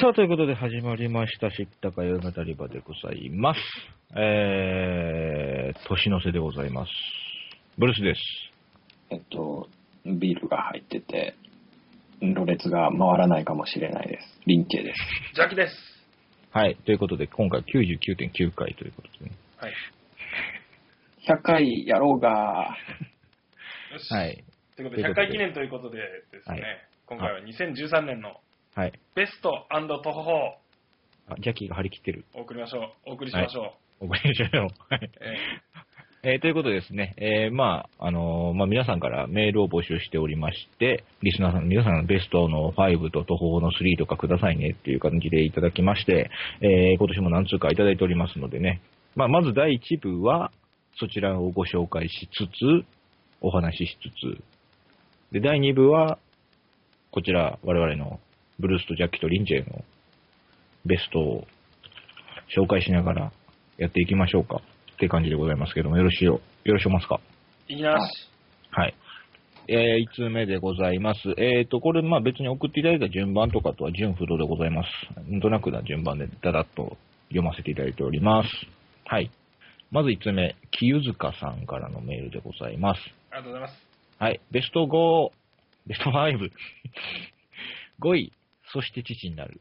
さあ、ということで始まりました、知ったかよめたり場でございます。えー、年の瀬でございます。ブルースです。えっと、ビールが入ってて、ろれつが回らないかもしれないです。リンケイです。邪気です。はい、ということで、今回99.9回ということでね。はい。よ100回やろうが、し。はい、ということで、100回記念ということでですね、はい今回は2013年のはい。ベストトホホをあ、ジャッキーが張り切ってる。送りましょう。お送りしましょう。おごめんなさいよはい。ええーということでですね、えーまあ、あのーまあ、皆さんからメールを募集しておりまして、リスナーさん、皆さんのベストの5と途方の3とかくださいねっていう感じでいただきまして、えー今年も何通かいただいておりますのでね、まあ、まず第1部は、そちらをご紹介しつつ、お話ししつつ、で、第2部は、こちら、我々のブルースとジャッキとリンジェのベストを紹介しながらやっていきましょうか。って感じでございますけども、よろしいよ、よろしおますか。ーいいなし。はい。えー、5つ目でございます。えーと、これ、まあ別に送っていただいた順番とかとは順不動でございます。なんとなくな順番でだだっと読ませていただいております。はい。まず1つ目、清塚さんからのメールでございます。ありがとうございます。はい。ベスト5、ベスト5。5位、そして父になる。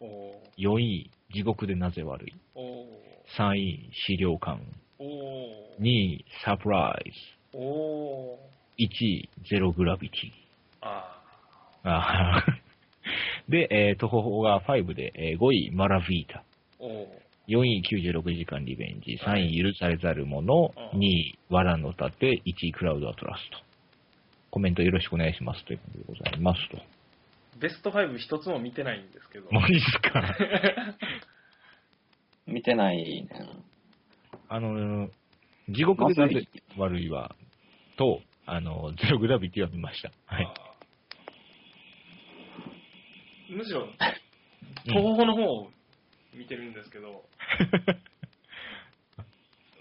お4位、地獄でなぜ悪い。おお3位、資料館。お2位、サプライズ。おお1ー位、ゼログラビテあィ。あー で、えー、トホホが5で、えー5位、マラヴィータ。ーおー4位、96時間リベンジ。3は位、許されざる者。うん2位、藁の盾。1位、クラウドアトラスト。コメントよろしくお願いします。ということでございますと。ベスト5一つも見てないんですけど。 マジっすか見てないね。 あのー、地獄でなぜ悪いわ。と、あのー、ゼログラビティは見ました。はい。あー むしろ、うんトホホの方を見てるんですけど、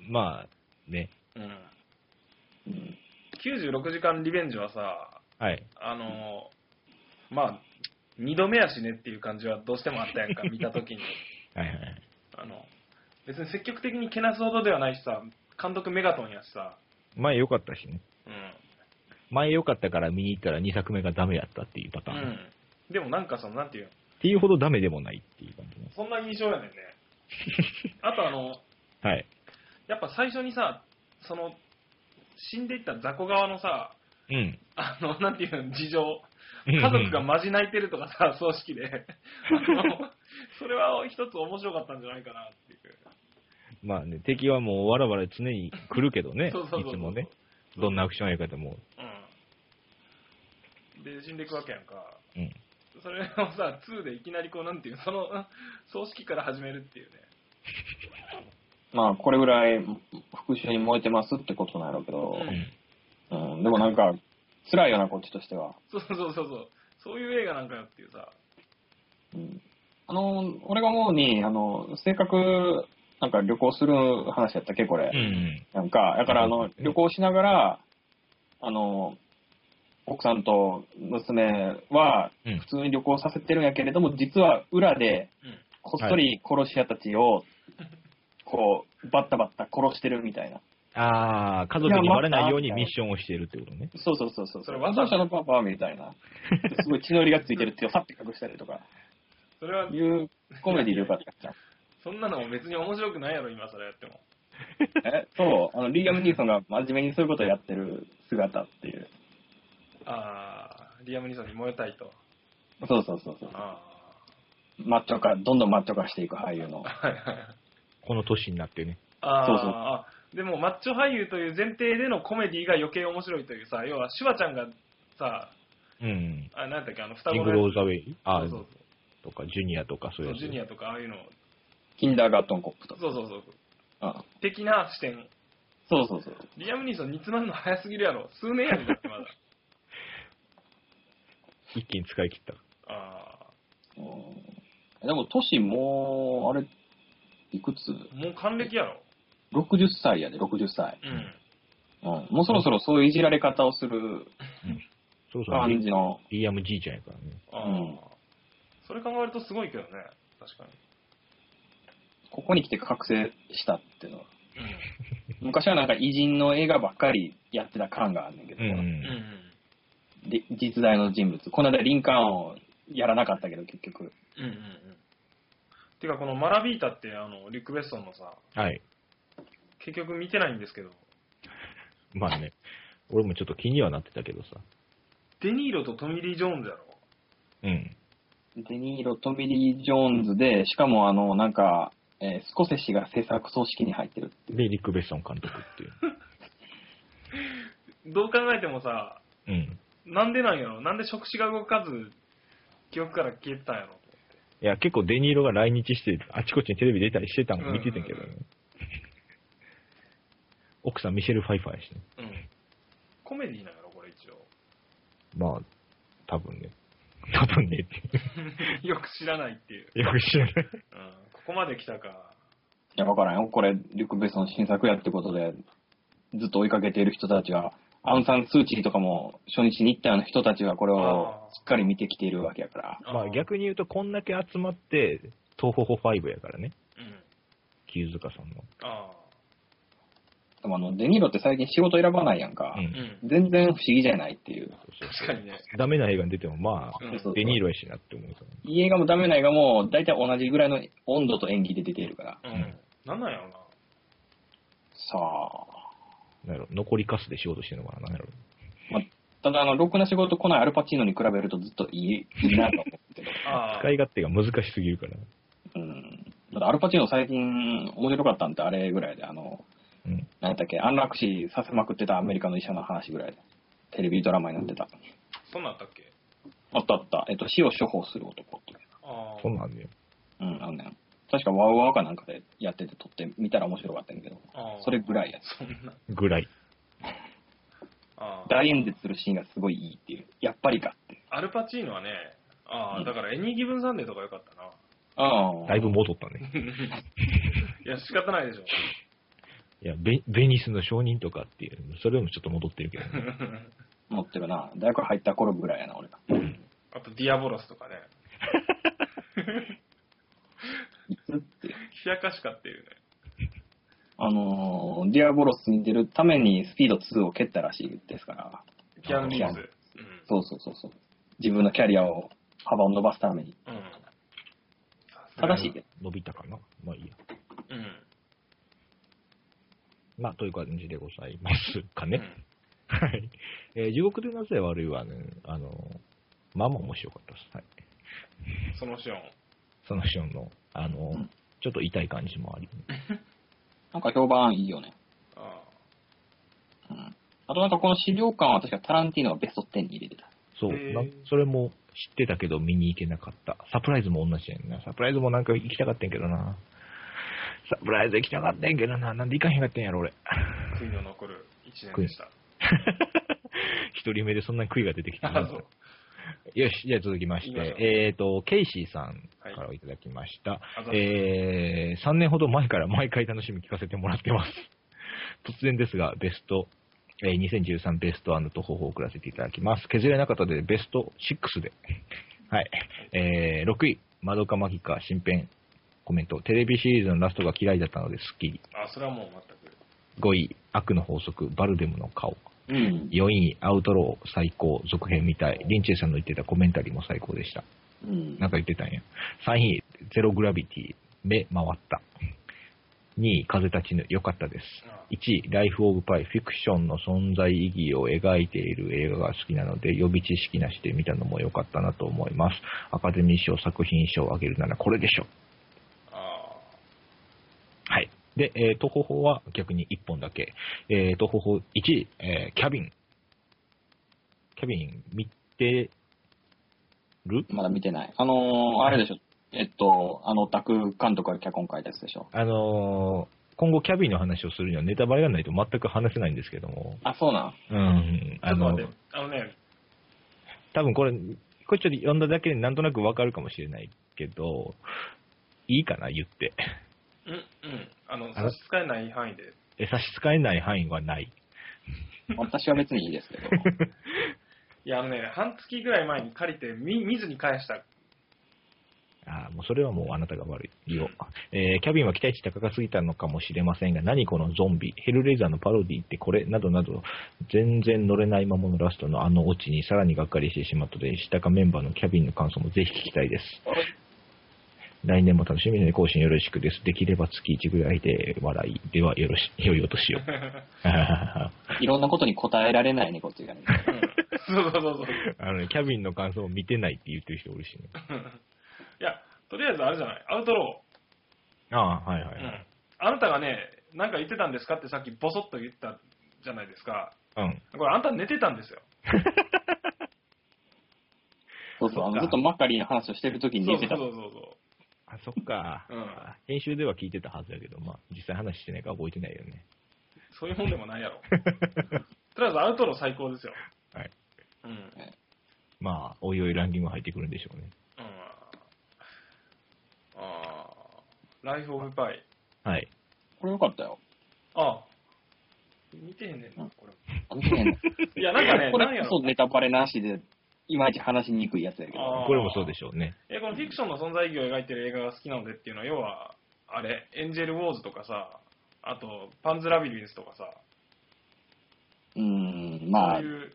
まあ、ね。うん、うん96時間リベンジはさ、はい。あのーまあ、二度目やしねっていう感じはどうしてもあったやん か、見たときに。はいはい。あの、別に積極的にけなすほどではないしさ、監督メガトンやしさ、前良かったしね。うん。前良かったから見に行ったら2作目がダメやったっていうパタうーン。っん。でもなんかその、なんていうのていうほどダメでもないっていう感じね。そんな印象やねん ね。あとあの、はい。やっぱ最初にさ、その、死んでいった雑魚側のさ、うん。あの、なんていうの、事情。うんうん家族がマジ泣いてるとか さ、葬式で。あの、それは一つ面白かったんじゃないかなっていう。まあね、敵はもうわらわら常に来るけどね、いそうそうそうそうつもね。どんなアクションやり方も。うん。で、死んでいくわけやんか。うん。それをさ、2でいきなりこう、なんていう、その、うん葬式から始めるっていうね。まあ、これぐらい復讐に燃えてますってことなんやろうけど、うんうんでもなんか、辛いよな、こっちとしては。そうそうそうそう。そういう映画なんかよっていうさ。うんあの、俺が思うに、あの、性格、なんか旅行する話やったっけ、これ。うん。うん。なんか、だからあうのん、旅行しながら、あの、奥さんと娘はうん普通に旅行させてるんやけれども、実は裏でうん。こっそり殺し屋たちを、こう、バッタバッタ殺してるみたいな。あー、家族にバレないようにミッションをしているってことね。そうそうそうそう。それわざざわざのパパみたいな。すごい血のりがついてる手をさって隠したりとか、それは、いうコメディでよかったじゃん。そんなの別に面白くないやろ、今それやっても。え、そう、あの、リーガム・ニーソンが真面目にそういうことをやってる姿っていう。あー、リアム・ニーソンに燃えたいと。そうそうそうそう。あマッチョ化、どんどんマッチョ化していく俳優のー。。はいはい。この年になってね。あーそうそうあでもマッチョ俳優という前提でのコメディが余計面白いというさ、要はシュワちゃんがさ、うん。あなんだっけ、あの双ジン子グル・オのーザ・ウェイ。あそーうそうとか、ジュニアとかそうそいううやつ。ジュニアとかああいうの、キンダーガートンコップとそか。うそうそう、あ的な視点、そうそうそう。リアム・ニーソン煮詰まるの早すぎるやろ、数年やるんだってまだ。一気に使い切った。あうんでも、トシもう、あれ、いくつーもう還暦やろ、 ?60 歳やで、60歳。うん、うん。もうそろそろそういういじられ方をするそうそう。感じの。リアムじいちゃんやからね。あうーんそそれ考えるとすごいけどね。確かに。ここに来て覚醒したっていうのは。昔はなんか偉人の映画ばっかりやってた感があんねんけど、うんうん。うんで実在の人物。この間リンカーンをやらなかったけど、結局。うん。うんうんうん。てか、このマラビータって、あの、リック・ベストンのさ、はい。結局見てないんですけど、まあね、俺もちょっと気にはなってたけどさ。デニーロとトミー・リー・ジョーンズやろうん。デニーロ、トミリー・ジョーンズで、しかもあの、なんか、えースコセッシが制作組織に入ってる。で、リック・ベッソン監督っていう。どう考えてもさ、うん。なんでなんやろなんで触手が動かず、記憶から消えてたんやろいや、結構デニーロが来日して、あちこちにテレビ出たりしてたの見てたけどね。うん奥さん、ミシェル・ファイファーやしね。うん。コメディなんやろこれ一応。 まあ、多分ね。多分ねっよく知らないっていう。て。よく知らない。うん。ここまで来たか。いや、わからんよ。これ、リュック・ベソン新作やってことで、ずっと追いかけている人たちは、アウン・サン・スー・チーとかも初日に行ったような人たちがこれをしっかり見てきているわけやから。 まあ、逆に言うと、こんだけ集まって、東方ファイブやからね。うん。清塚さんの。あでもあの、デニーロって最近仕事選ばないやんかう。。あ。うんん。全然不思議じゃないっていう。確かにね。ダメな映画に出ても、まうあ、んそうそうデニーロやしなって思うからねいい映画もダメな映画も、大体同じぐらいの温度と演技で出ているから。ううんん。なんなんやろな。さあ。なんやろ、残りカスで仕事してるのかな、なんやろ。ただ、あの、ろくな仕事来ないアルパチーノに比べるとずっといい、いいなと思ってる。ああ使。い勝手が難しすぎるから。うん。ただ、アルパチーノ最近面白かったんってあれぐらいで、あの、うん。何やったっけ、安楽死させまくってたアメリカの医者の話ぐらいで、テレビドラマになってた。そんなんあったっけあったあった。えっと、死を処方する男って。ああそ。んなんあんねよ。うん、あのねん。確かワウワウかなんかでやってて撮ってみたら面白かったんやけど、ああそれぐらいやつ。そんな。ぐらい。ああ。大演説するシーンがすごいいいっていう。やっぱりかっていう。アルパチーノはね、あうあ、んだからエニーギブンサンデーとかよかったな。ああ。だいぶ戻ったね。いや、仕方ない でしょ。いや、ベベニスの証人とかっていう、それでもちょっと戻ってるけど ね。持ってるな。大学入った頃ぐらいやな、俺が。あと、ディアボロスとかね。いつっていう。冷やかしかっていうね。あのーディアボロスに出るためにスピード2を蹴ったらしいですから。キアヌ・リーブキズ。うん。そうそうそうそう。自分のキャリアを幅を伸ばすために。うん。正しいで。伸びたかなまあいいや。うん。まあ、という感じでございますかね。うんはい。えー地獄でなぜ悪いはね、あの、まあまあ面白かったです。はい。そのシオン。その瞬の、あの、んちょっと痛い感じもあり。なんか評判いいよね。あうん。あとなんかこの資料館は確かタランティーノがベスト10に入れてた。そう、へーなそれも知ってたけど見に行けなかった。サプライズも同じやんな。サプライズもなんか行きたかったんやけどな。サプライズ行きたかったんやけどな。なんで行かへんかったんやろ、俺。あ。悔いの残る一年でした。一人目でそんなに悔いが出てきた。あそう。よし、じゃあ続きまし行きましょうて、えっ、と、ケイシーさんからいただきました。あざえー、3年ほど前から毎回楽しみ聞かせてもらってます。 突然ですが、ベスト、えー2013ベストと方法を送らせていただきます。削れなかったので、ベスト6で。 はい。えー、6位、マドカマギカ新編コメント。テレビシリーズのラストが嫌いだったので、スッキリ。あ、それはもう全く。 5位、悪の法則、バルデムの顔。うん。 4位、アウトロー、最高、続編みたい。リンチェさんの言ってたコメンタリーも最高でした。うん。なんか言ってたんや。3位、ゼログラビティ、目回った。2位、風立ちぬ、良かったです。あ1位、ライフ・オブ・パイ、フィクションの存在意義を描いている映画が好きなので、予備知識なしで見たのも良かったなと思います。アカデミー賞作品賞をあげるならこれでしょ。あはい。で、えー、とほほは逆に1本だけ。えー、とほほ1位、えーキャビン。キャビン見てるまだ見てない。あのーあれでしょ。えっと、あの、オタク監督が脚本書いたやつでしょ。あのー今後キャビンの話をするにはネタバレがないと全く話せないんですけども、あ、そう なん。うん、ああ。ちょっとの待って、あのね、多分これ、これちょっと読んだだけでなんとなくわかるかもしれないけど、いいかな、言って。うん、うん。あの、あの差し支えない範囲で。え差し支えない範囲はない。私は別にいいですけど。いや、あのね、半月ぐらい前に借りて、見見ずに返したもうそれはもうあなたが悪いよ。えーキャビンは期待値高が過ぎたのかもしれませんが、何このゾンビ、ヘルレイザーのパロディってこれなどなど、全然乗れないままのラストのあのオチにさらにがっかりしてしまったので、下かメンバーのキャビンの感想もぜひ聞きたいです。来年も楽しみに更新よろしくです。できれば月1ぐらいで笑い。ではよろし、 良いお年を。あいろんなことに答えられないね、こっちがね。そうそうそうそう。のね、キャビンの感想を見てないって言ってる人おるしね。いや、とりあえずあれじゃない、アウトロああ、はいはー。いうはい。ん。あなたがね、なんか言ってたんですかってさっきボソッと言ったじゃないですか。うん。これあんた寝てたんですよ。そうそう、そあっかのずっとマッカリーの話をしてる時にそ寝うてそうた。そうそう。あ、そっか。うん編集では聞いてたはずだけど、まあ、実際話してないから覚えてないよね。そういうもんでもないやろ。とりあえずアウトロー最高ですよ。はい。うん。うん。まあ、おいおいランキング入ってくるんでしょうね。あーライフオブパイ。はい。これよかったよ。あ見てへんねんな、これ。あのねいや、なんかね、こなんれやこそろ。ネタバレなしで、いまいち話しにくいやつやけど。あーこれもそうでしょうね。え、このフィクションの存在意義を描いてる映画が好きなのでっていうのは、要は、あれ、エンジェル・ウォーズとかさ、あと、パンズ・ラビリンスとかさ、うーん、まそあう、いう、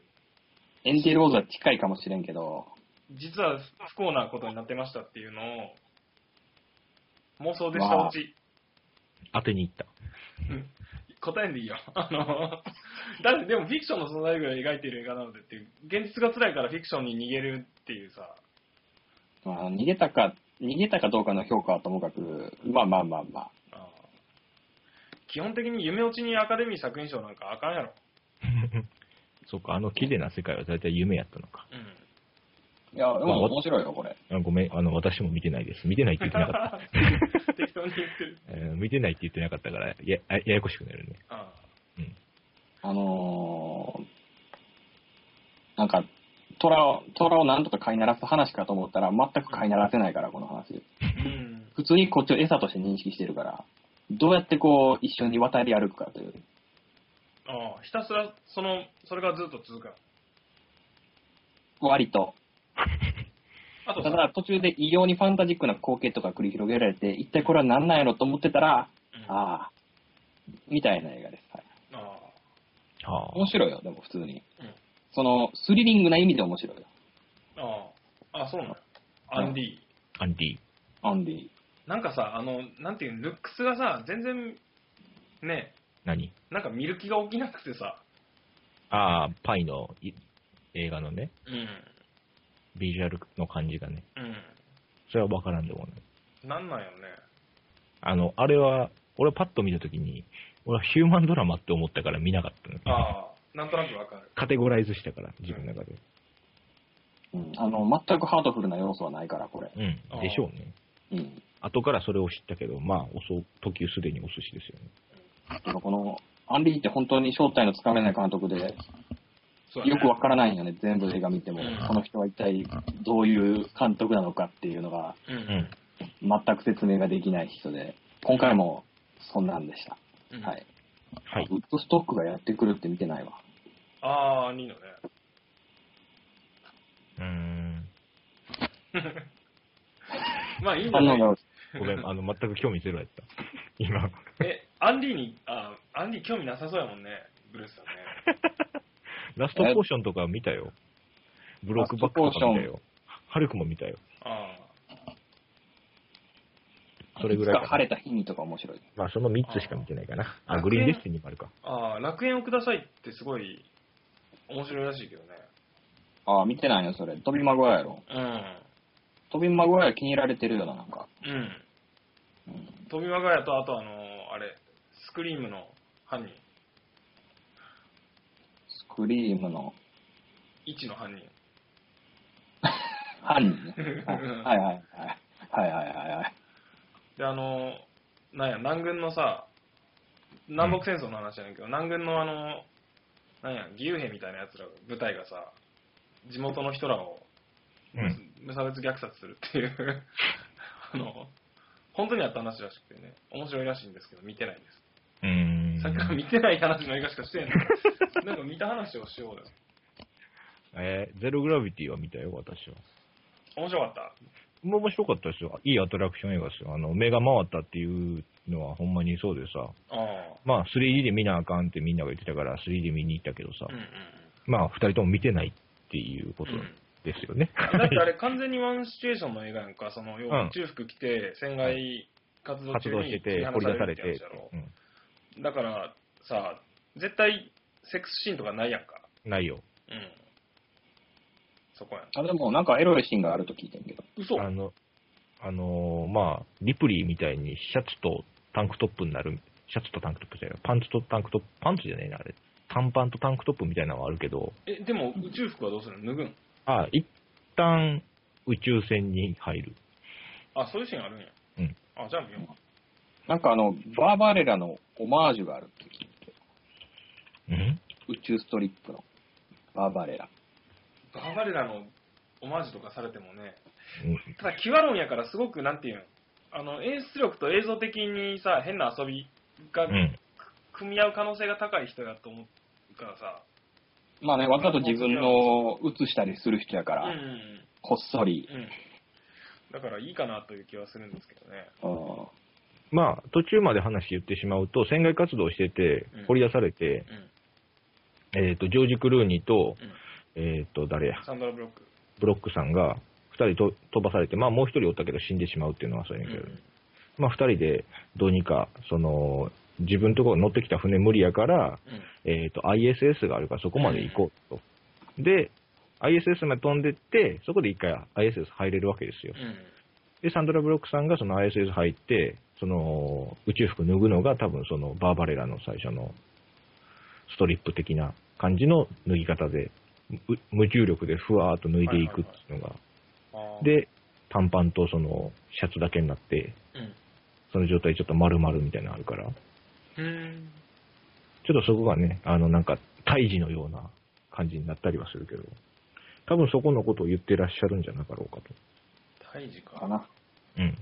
エンジェルローズは近いかもしれんけど、実は不幸なことになってましたっていうのを、妄想でしたうち、当てに行った。 うん答えんでいいよ。あの、だってでもフィクションの存在意義を描いてる映画なのでっていう、現実が辛いからフィクションに逃げるっていうさ、まあ、逃げたか、逃げたかどうかの評価はともかく、まあまあまあまあ。あー基本的に夢落ちにアカデミー作品賞なんかあかんやろ。そっか、あの綺麗な世界は大体夢やったのか。うん。いや、でまあも面白いよ、これ。あごめん、あの、私も見てないです。見てないって言ってな かった。適当に言って る。えー見てないって言ってなかったから、や、やややこしくなるね。ああのー、なんか、虎を、虎をなんとか飼いならす話かと思ったら、全く飼いならせないから、この話。うん。普通にこっちを餌として認識してるから、どうやってこう、一緒に渡り歩くかという。ああ、ひたすら、その、それがずっと続くから。割と。あとたさ、だ、途中で異様にファンタジックな光景とか繰り広げられて、一体これは何なんやろと思ってたら、うんあああ、みたいな映画です。はい、あ、は面白いよ、でも普通にうん。その、スリリングな意味で面白いよ。ああ、あそうなの。アンディ。あ。アンディ。アンディ。なんかさ、あの、なんていうのルックスがさ、全然、ね、何なんか見る気が起きなくてさ、ああ、パイのい映画のね、うビジュアルの感じがね。ん。それはわからんでもない。うん。なんなんよね。あの、あれは、俺パッと見たときに、俺はヒューマンドラマって思ったから見なかったの。ああ、なんとなくわかる。カテゴライズしたから、自分の中で。うん、あの、全くハートフルな要素はないから、これ。うんあ。ーでしょうね。うん。後からそれを知ったけど、まあ、おそ時すでにお寿司ですよね。てかこの、アンリーって本当に正体のつかめない監督で、そうやよねくわからないんよね、全部映画見てもうん。この人は一体どういう監督なのかっていうのが、うん。全く説明ができない人で、今回もそんなんでした。うんは。い。はいウ。ッドストックがやってくるって見てないわ。ああ、いいのね。うーん。まあいいんだ反応ね。がごめん、あの、全く興味ゼロやった。今。え、アンディに、あアンディ興味なさそうやもんね、ブルースさんね。ラストポーションとか見たよ。ブロックバックとか見たよ。ハルクも見たよ。あそれぐらいかつかな晴れた日にとか面白い。まあ、その3つしか見てないかな。あ、グリーンデスティニーもあるか。あ、ああ、楽園をくださいってすごい面白いらしいけどね。ああ、見てないよ、それ。飛びまぐわやろ。飛びまぐわや気に入られてるよな、なんか。うん。ううん。ん飛びまがやと、あとあのーあれ、スクリームの犯人、スクリームの一の犯人。。犯人ねはいはいはい。はいはいはいはい。で、あのーなんや、南軍のさ、南北戦争の話じゃないけど、南軍のあのなんや、義勇兵みたいな奴ら、部隊がさ、地元の人らをうん。無差別虐殺するっていう、 あの、本当にあった話らしくてね、面白いらしいんですけど、見てないでうーんす。さっきから見てない話の映画しかしてんの。なんか見た話をしようよ。えーゼログラビティは見たよ、私は。面白かった。も面白かったですよ。いいアトラクション映画ですよ。あの、目が回ったっていうのはほんまにそうでさ、あまあ 3D で見なあかんってみんなが言ってたから 3D 見に行ったけどさあ。う、んうんまあ2人とも見てないっていうことうん。ですよね。だってあれ完全にワンシチュエーションの映画やんか、その、要うはん中腹来て、船外活 動活中動にしてて、掘り出されてやつやろ、うんだからさ、絶対セックスシーンとかないやんか。ないよ。うん。そこやん。あ、でもなんかエロいシーンがあると聞いてんけど。嘘あの、あのーまあ、リプリーみたいにシャツとタンクトップになる、シャツとタンクトップじゃない、パンツとタンクトップ、パンツじゃねえな、あれ。短パンとタンクトップみたいなのはあるけど、え、でも宇宙服はどうするの脱ぐんあ、一旦宇宙船に入る。あ、そういうシーンあるんや。うん。あ、じゃあ見ようか。なんかあの、バーバレラのオマージュがあるって聞いて。うん宇宙ストリップのバーバレラ。バーバレラのオマージュとかされてもね、うんただ、キュアロンやからすごく、なんていうん、あの、演出力と映像的にさ、変な遊びが、うん。組み合う可能性が高い人やと思うからさ、まあね、わざと自分の映したりする人やかうん、うら、んこっそり。うん。だからいいかなという気はするんですけどね。うんまあ、途中まで話言ってしまうと、船外活動しててうん、掘り出されて、うん。えっ、と、ジョージ・クルーニーとうん、えっ、と、誰や、サンドラ・ブロック。ブロックさんが、二人と飛ばされて、まあもう一人おったけど死んでしまうっていうのはそうやねんけど、うんまあ、二人でどうにか、その、自分のところに乗ってきた船無理やから、うん。えっ、と、ISS があるからそこまで行こうと。で、ISS まで飛んでって、そこで一回 ISS 入れるわけですよ。で、サンドラ・ブロックさんがその ISS 入って、その、宇宙服脱ぐのが多分そのバーバレラの最初のストリップ的な感じの脱ぎ方で、む無重力でふわーっと脱いでいくっていうのが。あー、で、短パンとその、シャツだけになって、うん。その状態ちょっと丸々みたいなのあるから、ちうん。ょっとそこがね、あのなんか、胎児のような感じになったりはするけど、多分そこのことを言ってらっしゃるんじゃなかろうかと。胎児か。かな。うん。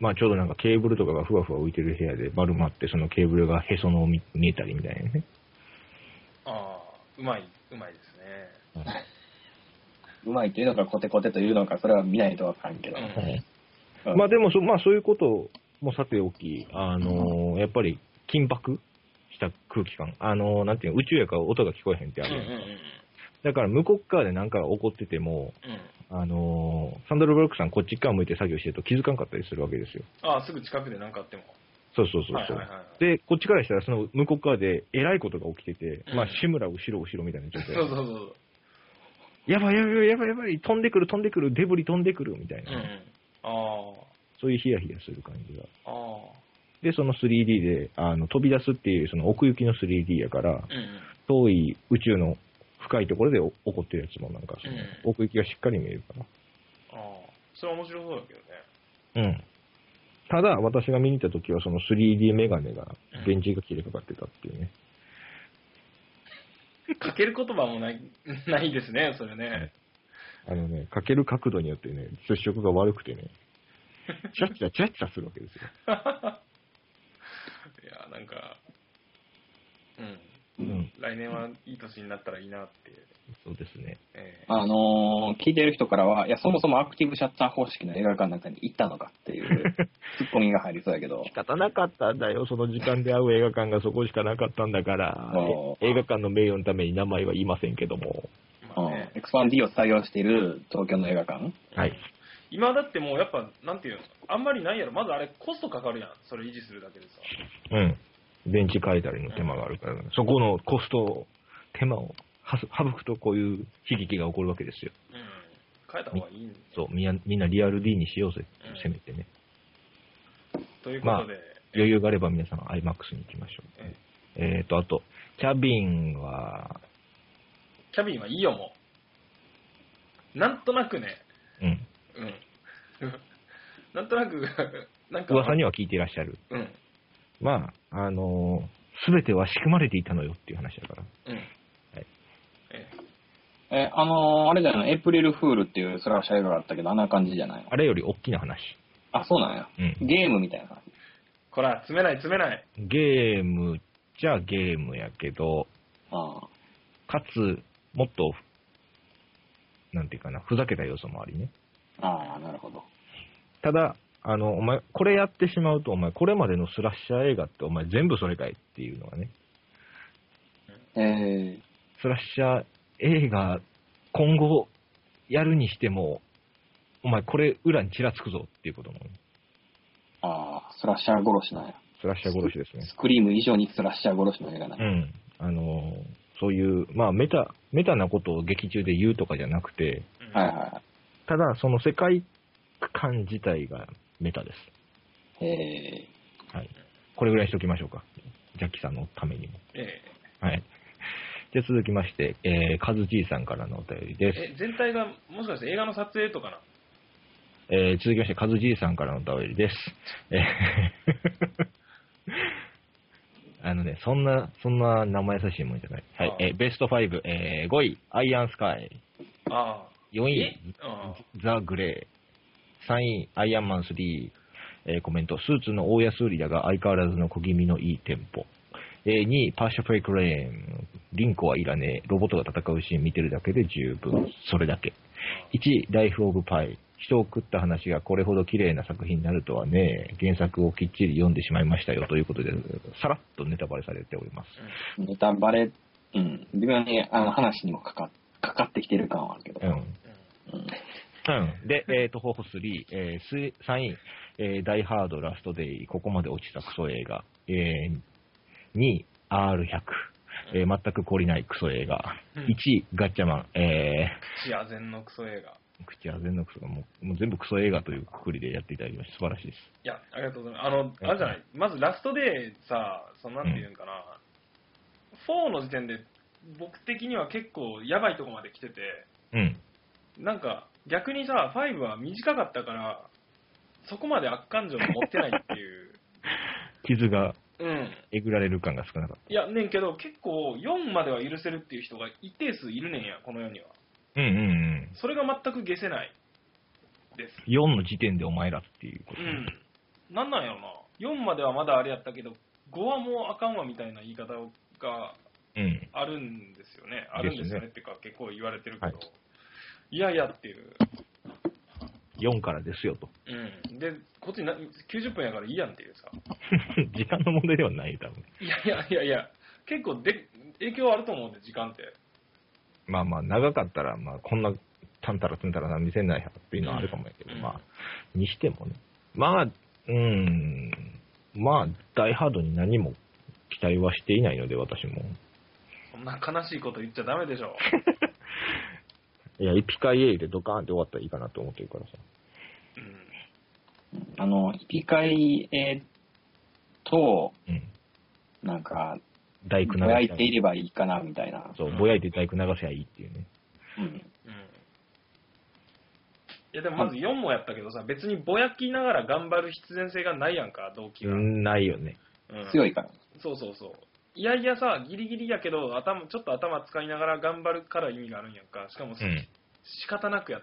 まあちょうどなんかケーブルとかがふわふわ浮いてる部屋で丸まって、そのケーブルがへその緒見見えたりみたいなね。ああ、うまい、うまいですね。うまいっていうのか、コテコテというのか、それは見ないとわかんけど。うんうんまあでもそ、まあそういうこともさておき、あのーやっぱり緊迫した空気感。あのーなんていうの宇宙やから音が聞こえへんってあうんるうやんんだから向こう側で何かが起こってても、うん。うん。あのーサンドルブロックさんこっち側向いて作業してると気づかんかったりするわけですよ。ああ、すぐ近くで何かあっても。そうそうそうそう。はいはいはい。で、こっちからしたら、その向こう側で、えらいことが起きてて、うんまあ、志村後ろ後ろみたいな状態。そうそうそう。やばいやばいやばいやばい、飛んでくる飛んでくる、デブリ飛んでくるみたいうんな、うん。あそういうヒヤヒヤする感じが。あ、あで、その 3D で、あの、飛び出すっていう、その奥行きの 3D やからあ、、うんうん。遠い宇宙の深いところでお起こってるやつもなんか、そのうん奥行きがしっかり見えるから。ああ、それは面白そうだけどね。うん。ただ、私が見に行った時は、その 3D メガネが、電池が切れかかってたっていうね。かける言葉もない、ないですね、それね。あのね、かける角度によってね、接触が悪くて ね、チラッチラチラッチラするわけですよ。いや、なんか、う。うんん。来年はいい年になったらいいなって。そうですね。ええあのー聞いてる人からは、いや、そもそもアクティブシャッター方式の映画館の中に行ったのかって いう、ツッコミが入りそうやけど仕、方なかったんだよ、その時間で会う映画館がそこしかなかったんだからあー、え映画館の名誉のために名前は言いませんけども。まあうんね。エクスパン D を採用している東京の映画館はい。今だってもうやっぱ、なんていうの、あんまりないやろ。まずあれコストかかるやん。それ維持するだけでさ。うん。電池変えたりの手間があるから、そこのコストを、手間をはす省くとこういう悲劇が起こるわけですよ。うん。変えた方がいいんそう、みんなみんなリアル D にしようぜ、せめてね。ということで、余裕があれば皆さん IMAX に行きましょう。ええっ、と、あと、キャビンは、キャビンはいいよ、もう。なんとなくね、うん、うん。 なんとなく、なんか、噂には聞いていらっしゃる。うん。まあ、あのすべては仕組まれていたのよっていう話だから。うん。はいえええ、あのーあれじゃないの、エイプリルフールっていうスラッシャー映画があったけど、あんな感じじゃないのあれより大きな話。あ、そうなんや。うん。ゲームみたいな感じ。こら、詰めない、詰めない。ゲームじゃゲームやけど、ああかつ、もっと、なんていうかな、ふざけた要素もありね。ああ、なるほど。ただ、あの、お前、これやってしまうと、お前、これまでのスラッシャー映画って、お前、全部それかいっていうのがね、えスラッシャー映画、今後、やるにしても、お前、これ、裏にちらつくぞっていうこともね、ー、ああ、スラッシャー殺しなんや。スラッシャー殺しですね。スクリーム以上にスラッシャー殺しの映画なうんや。ん。あの、そういう、まあ、メタ、メタなことを劇中で言うとかじゃなくて、うんはいはただ、その世界観自体がメタです。い。えはい。これぐらいにしておきましょうか。ジャッキさんのためにも。えはい。で、続きまして、えー、カズじいさんからのお便りでえす。え、全体が、もしかして映画の撮影とかなえー、続きまして、カズじいさんからのお便りです。えー あのね、そんな、そんな生優しいもんじゃない。はい。えーベスト5、えー、5位、アイアンスカイ。ああ。 4え位、あザ・グレー。3位、アイアンマン3。えーコメント、スーツの大安売りだが相変わらずの小気味のいいテンポ。えー2位、パーシャプレイクレーン。リンコはいらねえ。ロボットが戦うシーン見てるだけで十分。それだけ。1位、ライフ・オブ・パイ。人を食った話がこれほど綺麗な作品になるとはね、原作をきっちり読んでしまいましたよということで、さらっとネタバレされております。えネタバレ、うん。微妙にあの話にもかかかかってきてる感はあるけど。うん。あ。うんうんうん。で、えっ、と、方法3、えー、す3位、えー、ダイハードラストデイ、ここまで落ちたクソ映画。えー、2位、R100。えー全く懲りないクソ映画。うん1位、ガッチャマン。え口あぜんのクソ映画。ー、口は全のクソがもう、もう全部クソ映画というくくりでやっていただきました。素晴らしいです。いや、ありがとうございます。あの、あれじゃない、まずラストでさ、そのなんていうんかな、4の時点で僕的には結構やばいとこまで来てて、うん。なんか逆にさ、5は短かったから、そこまで悪感情も持ってないっていう。傷が うん。えぐられる感が少なかっいや、ねんけど、結構4までは許せるっていう人が一定数いるねんや、この世には。た。うんうんうん。それが全く消せないです。 4の時点でお前らっていうこと。うん。なんなんやろな。4まではまだあれやったけど、5はもうあかんわみたいな言い方がうん。あるんですよね。あるんですよねっていうか、結構言われてるけど、はいい、やいやっていう。 4からですよと。 うん。で、こっちな90分やからいいやんっていうさ。時間の問題ではない、多分。いやいやいやいや、結構で影響あると思うんで、時間って。まあまあ、長かったら、まあ、こんな、たんたらつんたらな見せないやっていうのはあるかもやけど、うんまあ、にしてもね。まあ、うん、まあ、ダイハードに何も期待はしていないので、私も。そんな悲しいこと言っちゃダメでし ょ。いや、エピカイエイでドカーンって終わったらいいかなと思ってるからさ。うん。あの、引き換えと、うん。なんか、大工流ぼやいていせればいいかな、みたいな。そう、ぼやいて大工流せばいいっていうね。うん。うん。いや、でもまず4もやったけどさ、別にぼやきながら頑張る必然性がないやんか、動機が。うんないよね。うん強いから。そうそうそう。いやいやさ、ギリギリやけど、頭、ちょっと頭使いながら頑張るから意味があるんやんか。しかも、うん。仕方なくや、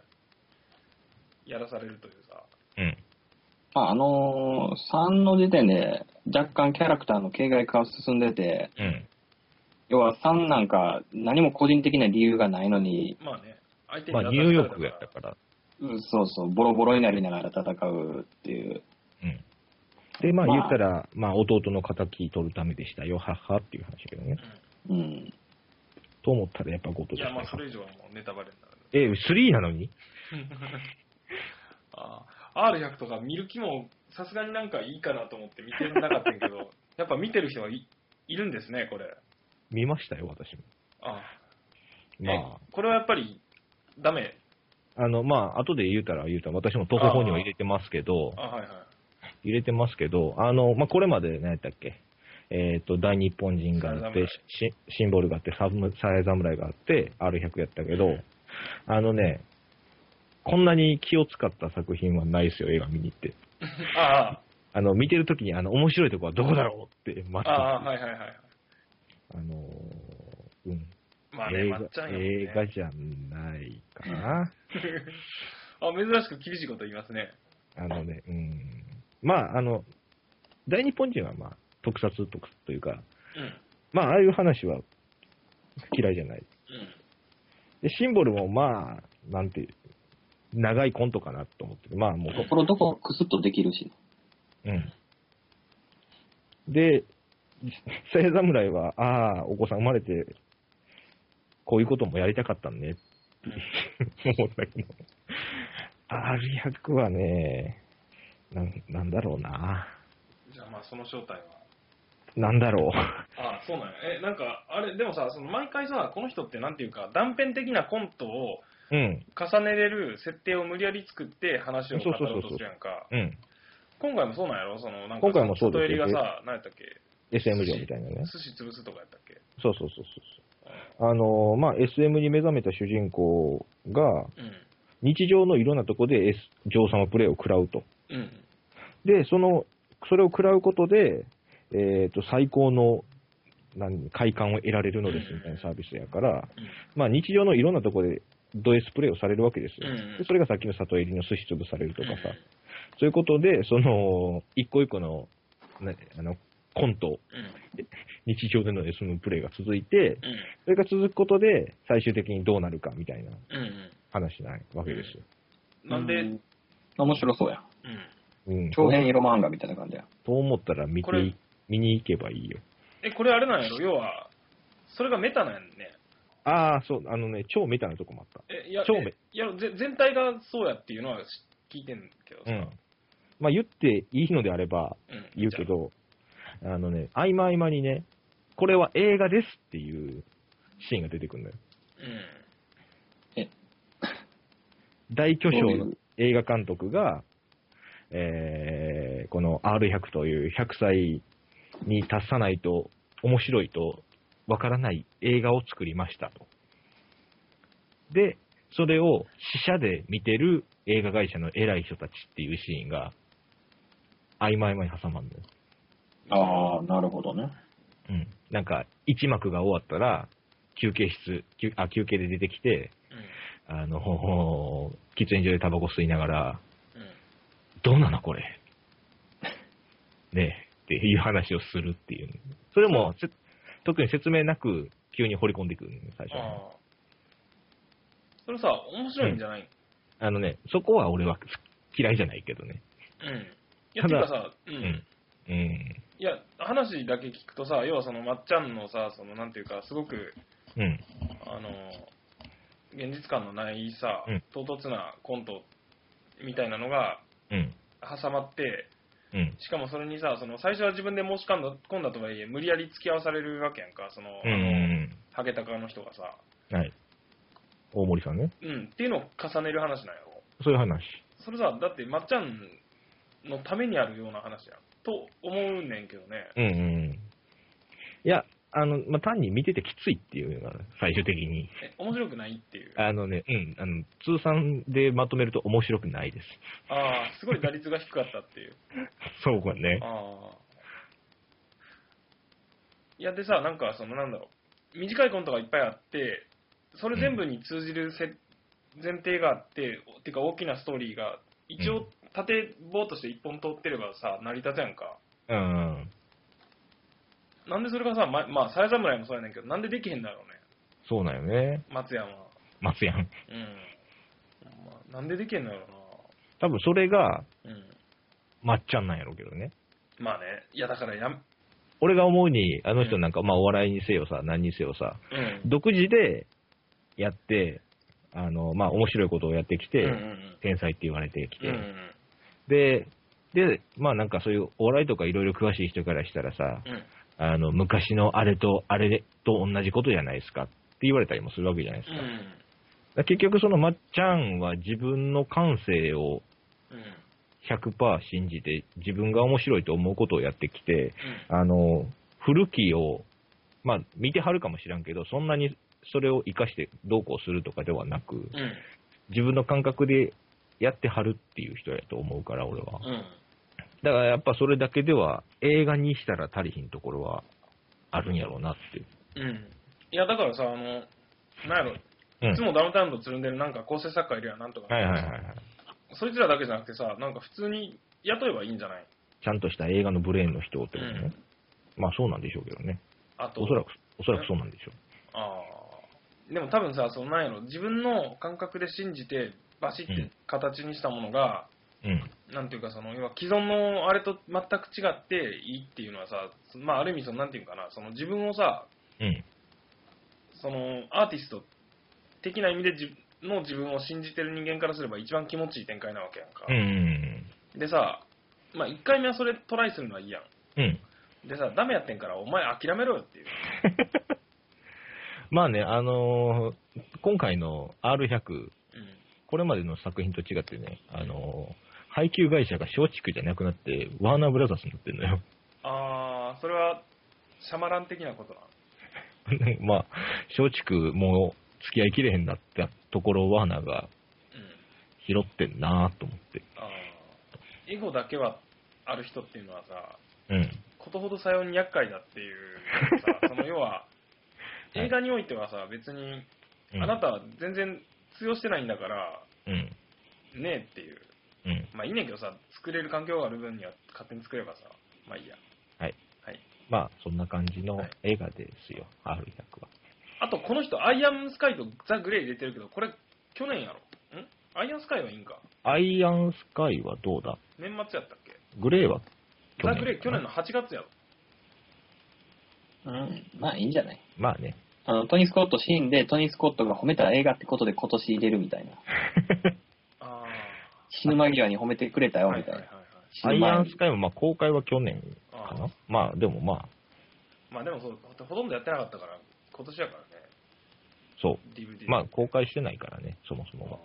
やらされるというさ。うん。まあ、あのー、3の時点で若干キャラクターの形骸化は進んでて、うん。要は3なんか何も個人的な理由がないのに、まあね、相手にまあ、ニューヨークやったから。うんそうそう、ボロボロになりながら戦うっていう。うん。で、まあ、まあ言ったら、まあ、弟の仇取るためでしたよ、はっはっていう話だけどね。うん。と思ったら、やっぱ後う藤んでいしたや、まあねそれ以上はもうネタバレになる。え、3なのにあー R100 とか見る気もさすがになんかいいかなと思って見てなかったんやけど、やっぱ見てる人はい、いるんですね、これ。見ましたよ、私も。あーまあえ、これはやっぱりダメ。あの、まあ、後で言うたら言うたら、私も徒歩法には入れてますけど、あはいはい。入れてますけど、あの、まあ、これまで何やったっけえっ、と、大日本人があって、しシンボルがあって、サムサイ侍があって、R100 やったけど、あのね、こんなに気を使った作品はないですよ、映画見に行って。ああの、見てるときに、あの、面白いとこはどこだろうって、まあ、た、あああ、はいはいはい。のー、うん、まあね、映ま画っちゃんやもん映ね。画じゃないかな。あ、珍しく厳しいこと言いますね。あのね、うん。まあ、あの、大日本人は、まあ、特撮特撮というか、うん。まあ、ああいう話は嫌いじゃない。うん。で、シンボルも、まあ、なんていう、長いコントかなと思って、まあもうところどころクスッとできるし。うん。で、実際侍は、ああ、お子さん生まれて、こういうこともやりたかったんね、って思ったけど。R100 はね、なん、なんだろうな。じゃあまあその正体は。なんだろあそうなんや。え、なんか、あれ、でもさ、その毎回さ、この人ってなんていうか、断片的なコントをう。うん、重ねれる設定を無理やり作って話を語ろうとするやんか。うん。今回もそうなんやろその、なんか、今回もそうですよ里襟がさ、何やったっけ SM 嬢みたいなね。寿司潰すとかやったっけそうそうそうそう。あのーまあ、SM に目覚めた主人公が、う日常のいろんなとこで、S、女王様プレイを食らうと。ん。うん。で、その、それを食らうことで、えっ、と、最高の、何、快感を得られるのですみたいなサービスやから、まあ日常のいろんなところでド S プレイをされるわけですよ。うんでそれがさっきの里襟の寿司潰されるとかさ、そういうことで、その、一個一個の、ね、あの、コント、日常での SM プレイが続いて、うん。それが続くことで、最終的にどうなるかみたいなうん。うん。話なわけですよ。うん。なんで、ううん。、面白そうや。うん。長編エロ漫画みたいな感じや。と思ったら見こてれい、見に行けばいいよ。え、これあれなんやろ要は、それがメタなんやね。ああ、そう、あのね、超メタなとこもあっえ、いや、超メえいやぜ全体がそうやっていうのは聞いてんけどた。さ。うん。まあ言っていいのであればうん言うけ。ど、あのね、合間合間にね、これは映画ですっていうシーンが出てくるのよ。じゃあうん。大巨匠どうのいう映画監督が、えー、この R100 という100歳に達さないと面白いとわからない映画を作りましたと。で、それを死者で見てる映画会社の偉い人たちっていうシーンが、曖昧に挟まんのよ。ああ、なるほどね。うん。なんか、一幕が終わったら、休憩室、休あ休憩で出てきて、あの、 喫煙所でタバコ吸いながら、うん。うん。どうなのこれ。 ねえ、っていう話をするっていう。それも、せ特に説明なく、急に掘り込んでくる、ね、最初にああ。それさ、面白いんじゃないあのね、そこは俺は嫌いじゃないけどね。うん。いや、たてだかさ、う。。うんうん。いや、話だけ聞くとさ、要はその、まっちゃんのさ、その、なんていうか、すごく、うん。あの、現実感のないさうん、唐突なコントみたいなのがうん。挟まって、うん。しかもそれにさ、その最初は自分で申し込んだ込んだとはいえ、無理やり付き合わされるわけやんか、その、うん。うんハゲタカの人がさ、はい。大森さんね。うん、っていうのを重ねる話なんやろ。そういう話。それさ、だって、まっちゃんのためにあるような話やん。と思うねんけどね。うんうんうん。いや、あの、まあ、単に見ててきついっていうのが、最終的に。え面白くないっていう。ああのね、うん、あの、通算でまとめると面白くないです。あー、すごい打率が低かったっていう。 そうかね。ああ。いや、でさ、なんか、その、なんだろう。短いコントがいっぱいあって、それ全部に通じるせ、前提があって、おてか大きなストーリーが、一う応、縦棒として一本通ってればさ、成り立つやんか。うん。なんでそれがさ、ま、まあ、さや侍もそうやねんけど、なんでできへんだろうね。そうなんよね。松山は。松やん。うん。まあ、なんでできへんのやろ多分それが、な。うん。まっちゃんなんやろうけどね。まあね。いや、だからやん、俺が思うに、あの人なんか、まあお笑いにせよさ、何にせよさ、うん。独自でやって、あの、まあ面白いことをやってきて、うんうん天才って言われてきうて、ん。うんうんで、で、まあなんかそういうお笑いとかいろいろ詳しい人からしたらさ、うん。あの、昔のあれとあれと同じことじゃないですかって言われたりもするわけじゃないですうか。だかん。ら結局そのまっちゃんは自分の感性をうん。 100%信じて自分が面白いと思うことをやってきて、うんあの、古きを、まあ、見てはるかもしらんけど、そんなにそれを活かしてどうこうするとかではなく、うん。自分の感覚でやってはるっていう人やと思うから、俺は。うん。だからやっぱそれだけでは映画にしたら足りひんところはあるんやろうなっていう。うん。いや、だからさ、あの、なんやろ、うんいつもダウンタウンとつるんでるなんか構成作家いるやん、なんとか。はいはいはいはい。そいつらだけじゃなくてさ、なんか普通に雇えばいいんじゃないちゃんとした映画のブレーンの人ってことね。まあそうなんでしょうけどね。あと、おそらく、おそらくそうなんでしょう。ああ。でも多分さ、そのなんやろ、自分の感覚で信じて、バシッて形にしたものが、うん。なんていうかその、要は既存のあれと全く違っていいっていうのはさ、まあある意味その、なんていうかな、その自分をさ、うん。そのアーティスト的な意味で自の自分を信じてる人間からすれば一番気持ちいい展開なわけやんかう。ん。でさ、まあ1回目はそれトライするのはいいやん。うん。でさ、ダメやってんからお前諦めろよっていう。まあね、あのー今回の R100、うん。これまでの作品と違ってね、あのー配給会社が松竹じゃなくなって、ワーナーブラザーズになってるのよ。 あー、それは、シャマラン的なことなの。まあ、松竹もう付き合いきれへんなってところをワーナーがうん。拾ってんなと思って。あーエゴだけはある人っていうのはさ、うん。ことほどさように厄介だっていうさ、その要は、い映画においてはさ、別に、あなたは全然通用してないんだから、うん。ねえっていう。うん。まあいいねんけどさ、作れる環境がある分には勝手に作ればさ、まあいいや。はい。はい。まあ、そんな感じのはい映画ですよ、R100 は。あと、この人、アイアンスカイとザ・グレー入れてるけど、これ、去年やろ。んアイアンスカイはいいんか。アイアンスカイはどうだ年末やったっけグレーは去ザ・年グレー、去年の8月やろ。うん。まあいいんじゃないまあね。あの、トニー・スコットシーンでトニー・スコットが褒めた映画ってことで今年入れるみたいな。あ死ぬ間際に褒めてくれたあ。よはいみはたいいはいなはい。。死アぬイア前ンスに。カイもまあ公開は去年かあなあ。まあ、でもまあ、まあでもそう、ほとんどやってなかったから、今年やからね、そ DVD。う。まあ、公開してないからね、そもそもが。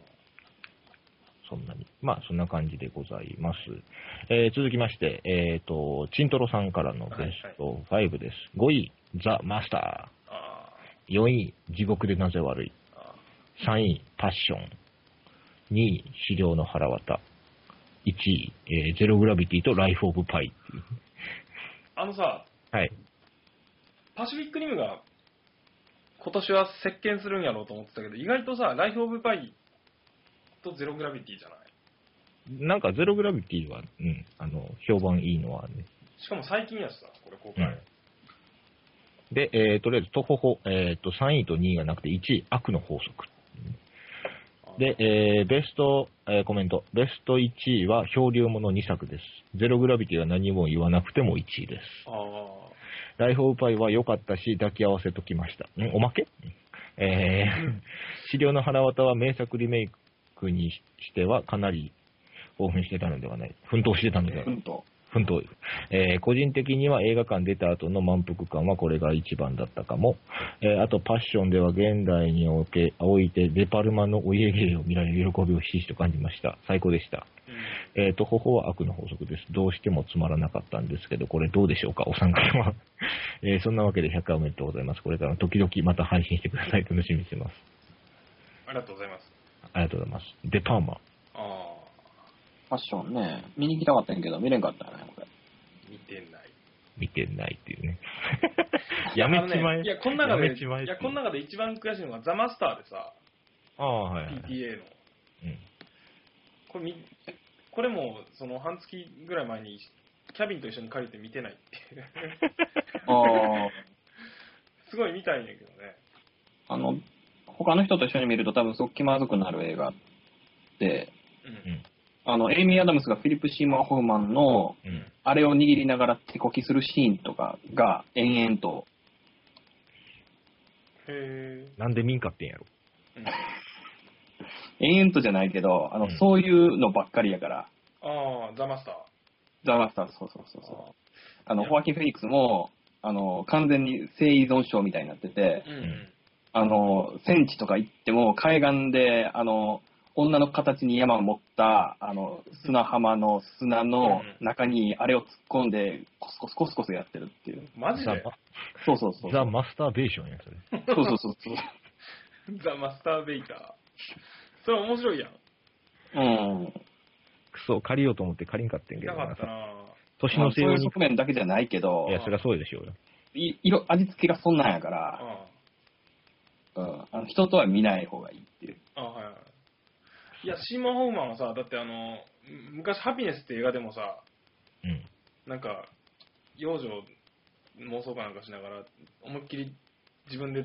そんなに。まあ、そんな感じでございます。えー続きまして、えっ、と、チントロさんからのベスト5です。5位、ザ・マスタあー。4位、地獄でなぜ悪い。ーあ3位、パッション。2位、資料の腹渡。1位、えーゼログラビティとライフ・オブ・パイっていう。ー。あのさ、はい。パシフィックリムが今年は席巻するんやろうと思ってたけど、意外とさ、ライフ・オブ・パイとゼログラビティじゃないなんか、ゼログラビティは、うん、あの、評判いいのはね。しかも最近やしさ、これ公う開。んで、えーとりあえず、とほほ、えっ、と、3位と2位がなくて1位、悪の法則。で、えーベスト、えーコメント。ベスト1位は漂流物2作です。ゼログラビティは何も言わなくても1位です。ああ。ライフオブパイは良かったし、抱き合わせときました。んおまけうんえー、資料の腹渡は名作リメイクにしてはかなり興奮してたのではない。奮闘してたのではうない。んと。奮闘。えー個人的には映画館出た後の満腹感はこれが一番だったかも。えーあと、パッションでは現代におけおいてデパルマのお家芸を見られる喜びをひしひしと感じました。最高でした。うんえっ、と、方法は悪の法則です。どうしてもつまらなかったんですけど、これどうでしょうかお参加は。 えーそんなわけで100回おめでとうございます。これからも時々また配信してください。楽しみにしてます。ありがとうございます。ありがとうございます。デパーマ。あファッションね。見に来たかったんやけど、見れんかったね、これ。あ、見てない。見てないっていうね。 やめちまあのえ。ねいや、この中で、やめちまえいや、この中で一番悔しいのがザ・マスターでさ、ああ、はいはい、はい。 PTA の。うんこれみこれもその半月ぐらい前にキャビンと一緒に借りて見てないっていう あすごい見たいんやけどね あ。あの、他の人と一緒に見ると多分すごく気まずくなる映画って、うんあの、エイミー・アダムスがフィリップ・シーマー・ホフマンの、うん。あれを握りながら手こきするシーンとかが延々と、へなんで民家ってんやろ。え、延々とじゃないけど、あの、うんそういうのばっかりやから、ああザ・マスターザ・マスター、そうそうそうそう。ああの、ホアキン・フェニックスも、あの、完全に性依存症みたいになっててー、うんうんあの、戦地とか行っても、海岸で、あの、女の形に山を持った、あの、砂浜の砂の中に、あれを突っ込んで、コスコスコスコスやってるっていう。マジザでそうそうそう。ザ・マスターベーションや、それ。そうそうそうそう。ザ・マスターベイターそれ面白いやんうん。クソ、借りようと思って借りんかってん見けたどかなった。な年まのあ、そせういいうに。側面だけじゃないけどい、や、そりゃそうでしょうよ。い色、味付けがそんなんやかあら、あうん、あの人とは見ない方がいいっていう。ああはいはいいやシーマン・ホーマンはさだってあのむ昔「ハピネス」って映画でもさうん。なんか養女妄想かなんか しながら思いっきり自分で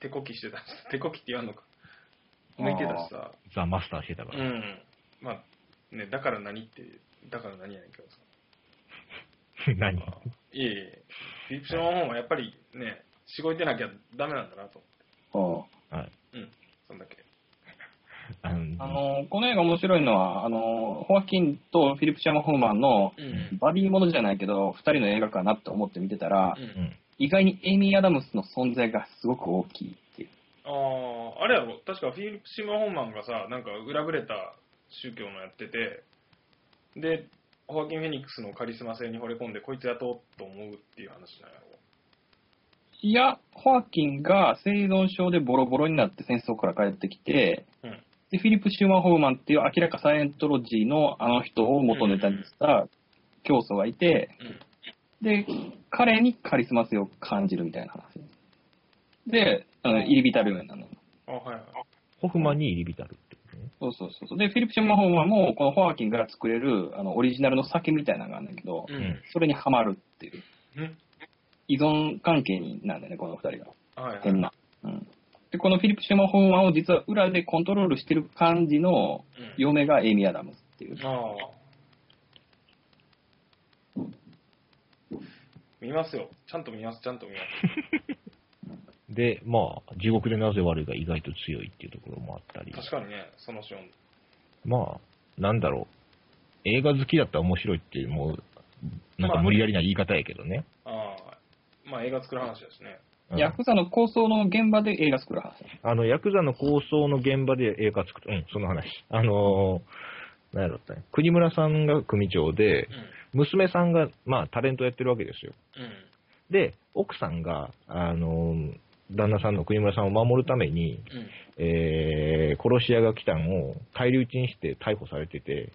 手こきしてた手こきって言わんのか抜いてたしさ、ザ・マスターしてたかうら。ん。まあ、ね、だから何って、だから何やねんけどさ。 何まあいえいえ、フィクションの方がやっぱりね、しごいてなきゃダメなんだなと。うんはい。うん。そんだけ。ああの、のこの映画面白いのはあのホアキンとフィリップ・シャーマン・ホーマンのうん。バディものじゃないけど2人の映画かなって思って見てたら、う。うんん。意外にエイミー・アダムスの存在がすごく大きいっていうああ、あれやろ、確かフィリップ・シマホンマンがさ、なんか裏ぶれた宗教のやってて、で、ホワキン・フェニックスのカリスマ性に惚れ込んで、こいつ雇おうと思うっていう話じゃないいやホアキンが生存症でボロボロになって戦争から帰ってきてやろ。でフィリップ・シューマン・ホーマンっていう明らかサイエントロジーのあの人を元ネタにした教祖がいて、うん。うん。で、彼にカリスマ性を感じるみたいな話。で、あの入り浸るようになるの。あはいはい。ホフマンに入り浸るってことね。そうそうそうそう。で、フィリップ・シューマン・ホーマンも、このホアキンが作れるあのオリジナルの酒みたいなのがあるんだけど、うん。それにはまるっていう。うん。依存関係になんだよね、この二人が。はいはい。変な。うん。で、このフィリップ・シューマン・ホーマンを実は裏でコントロールしてる感じのうん嫁がエイミー・アダムスっていう。ああ。見ますよ。ちゃんと見ます、ちゃんと見ます。で、まあ、地獄でなぜ悪いが意外と強いっていうところもあった り、確かにね、そのシーン。まあ、なんだろう、映画好きだったら面白いっていう、もう、なんまかあ無理やりな言い方やけどね。ああ。まあ映画作る話だしね。うんヤクザの構想の現場で映画作る話。あの、ヤクザの構想の現場で映画作った、うん、その話。あのー、なんやろったね。国村さんが組長で、娘さんが、まあ、タレントやってるわけですよ。うん。うん。で、奥さんが、あのー旦那さんの国村さんを守るために、うん。えー、殺し屋が来たんを返り討ちにして逮捕されてて、うん。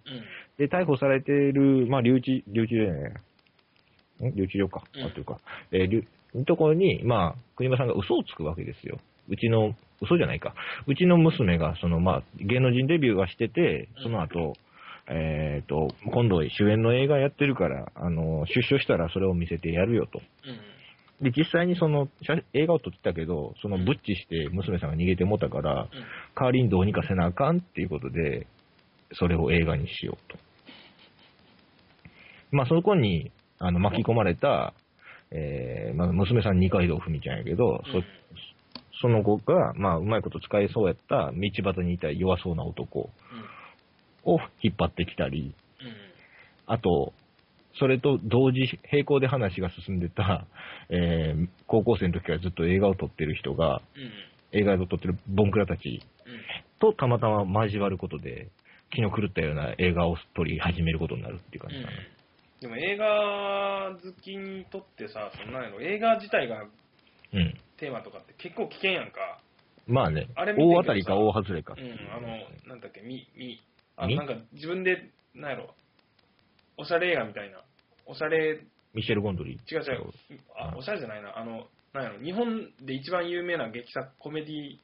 で、逮捕されている、まあ、留置、留置所じゃないん留置所か。うんあ、というか。えー留のところに、まあ、国間さんが嘘をつくわけですよ。うちの、嘘じゃないか。うちの娘が、その、まあ、芸能人デビューはしてて、その後、えっ、と、今度主演の映画やってるから、あの、出所したらそれを見せてやるよと。うで、ん。実際にその、写映画を撮ってたけど、その、ブッチして娘さんが逃げてもたから、うん。代わりにどうにかせなあかんっていうことで、それを映画にしようと。まあ、そこにあの巻き込まれた、えーまあ、娘さん二階堂ふみちゃんやけど、そその子が、まあ、うまいこと使えそうやった道端にいた弱そうな男を引っ張ってきたり、うん。うん。あと、それと同時、並行で話が進んでた、えー高校生の時からずっと映画を撮ってる人が、うん。映画を撮ってるボンクラたちうん。とたまたま交わることで、気の狂ったような映画を撮り始めることになるっていう感じかな。でも映画好きにとってさ、そんなんやろ、映画自体がうん。テーマとかって結構危険やんか。まあね、あれ見てるけど大さ当たりか大外れかっう、ていうんあの、なんだっけ、み、み、あみなんか自分で、なんやろ、おしゃれ映画みたいな。おしゃれ、ミシェル・ゴンドリ違う違う、あ、おしゃれじゃないな、あの、なんやろ、日本で一番有名な劇作、コメディ、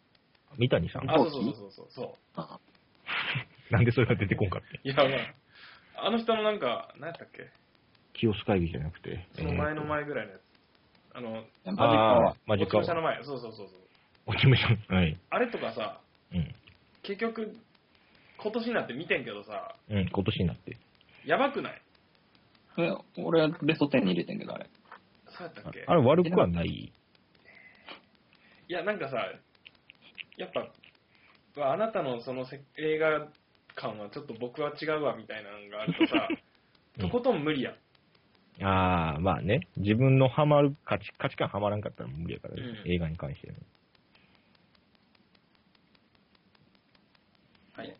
三谷さんあ、そうそうそうそうそう。なんでそれが出てこんかって。いや、まあ、あの人のなんか、なんやったっけ、清須会議じゃなくて。その前えのーと。前ぐらいのやつ。あの、マジああか。、マジか落ち武。者の前、そうそうそうそう。落ち武者。はい。あれとかさ、うん。結局、今年になって見てんけどさ、うん、今年になって。やばくないえ俺はベスト10に入れてんけど、あれ。そうやったっけあれ悪くはない。いや、なんかさ、やっぱ、うわあなたのそのせ映画感はちょっと僕は違うわみたいなのがあるとさ 、うんとことん無理やん。ああ、まあね。自分のハマる価値、価値観ハマらんかったら無理やからね、うん映画に関してね。はい。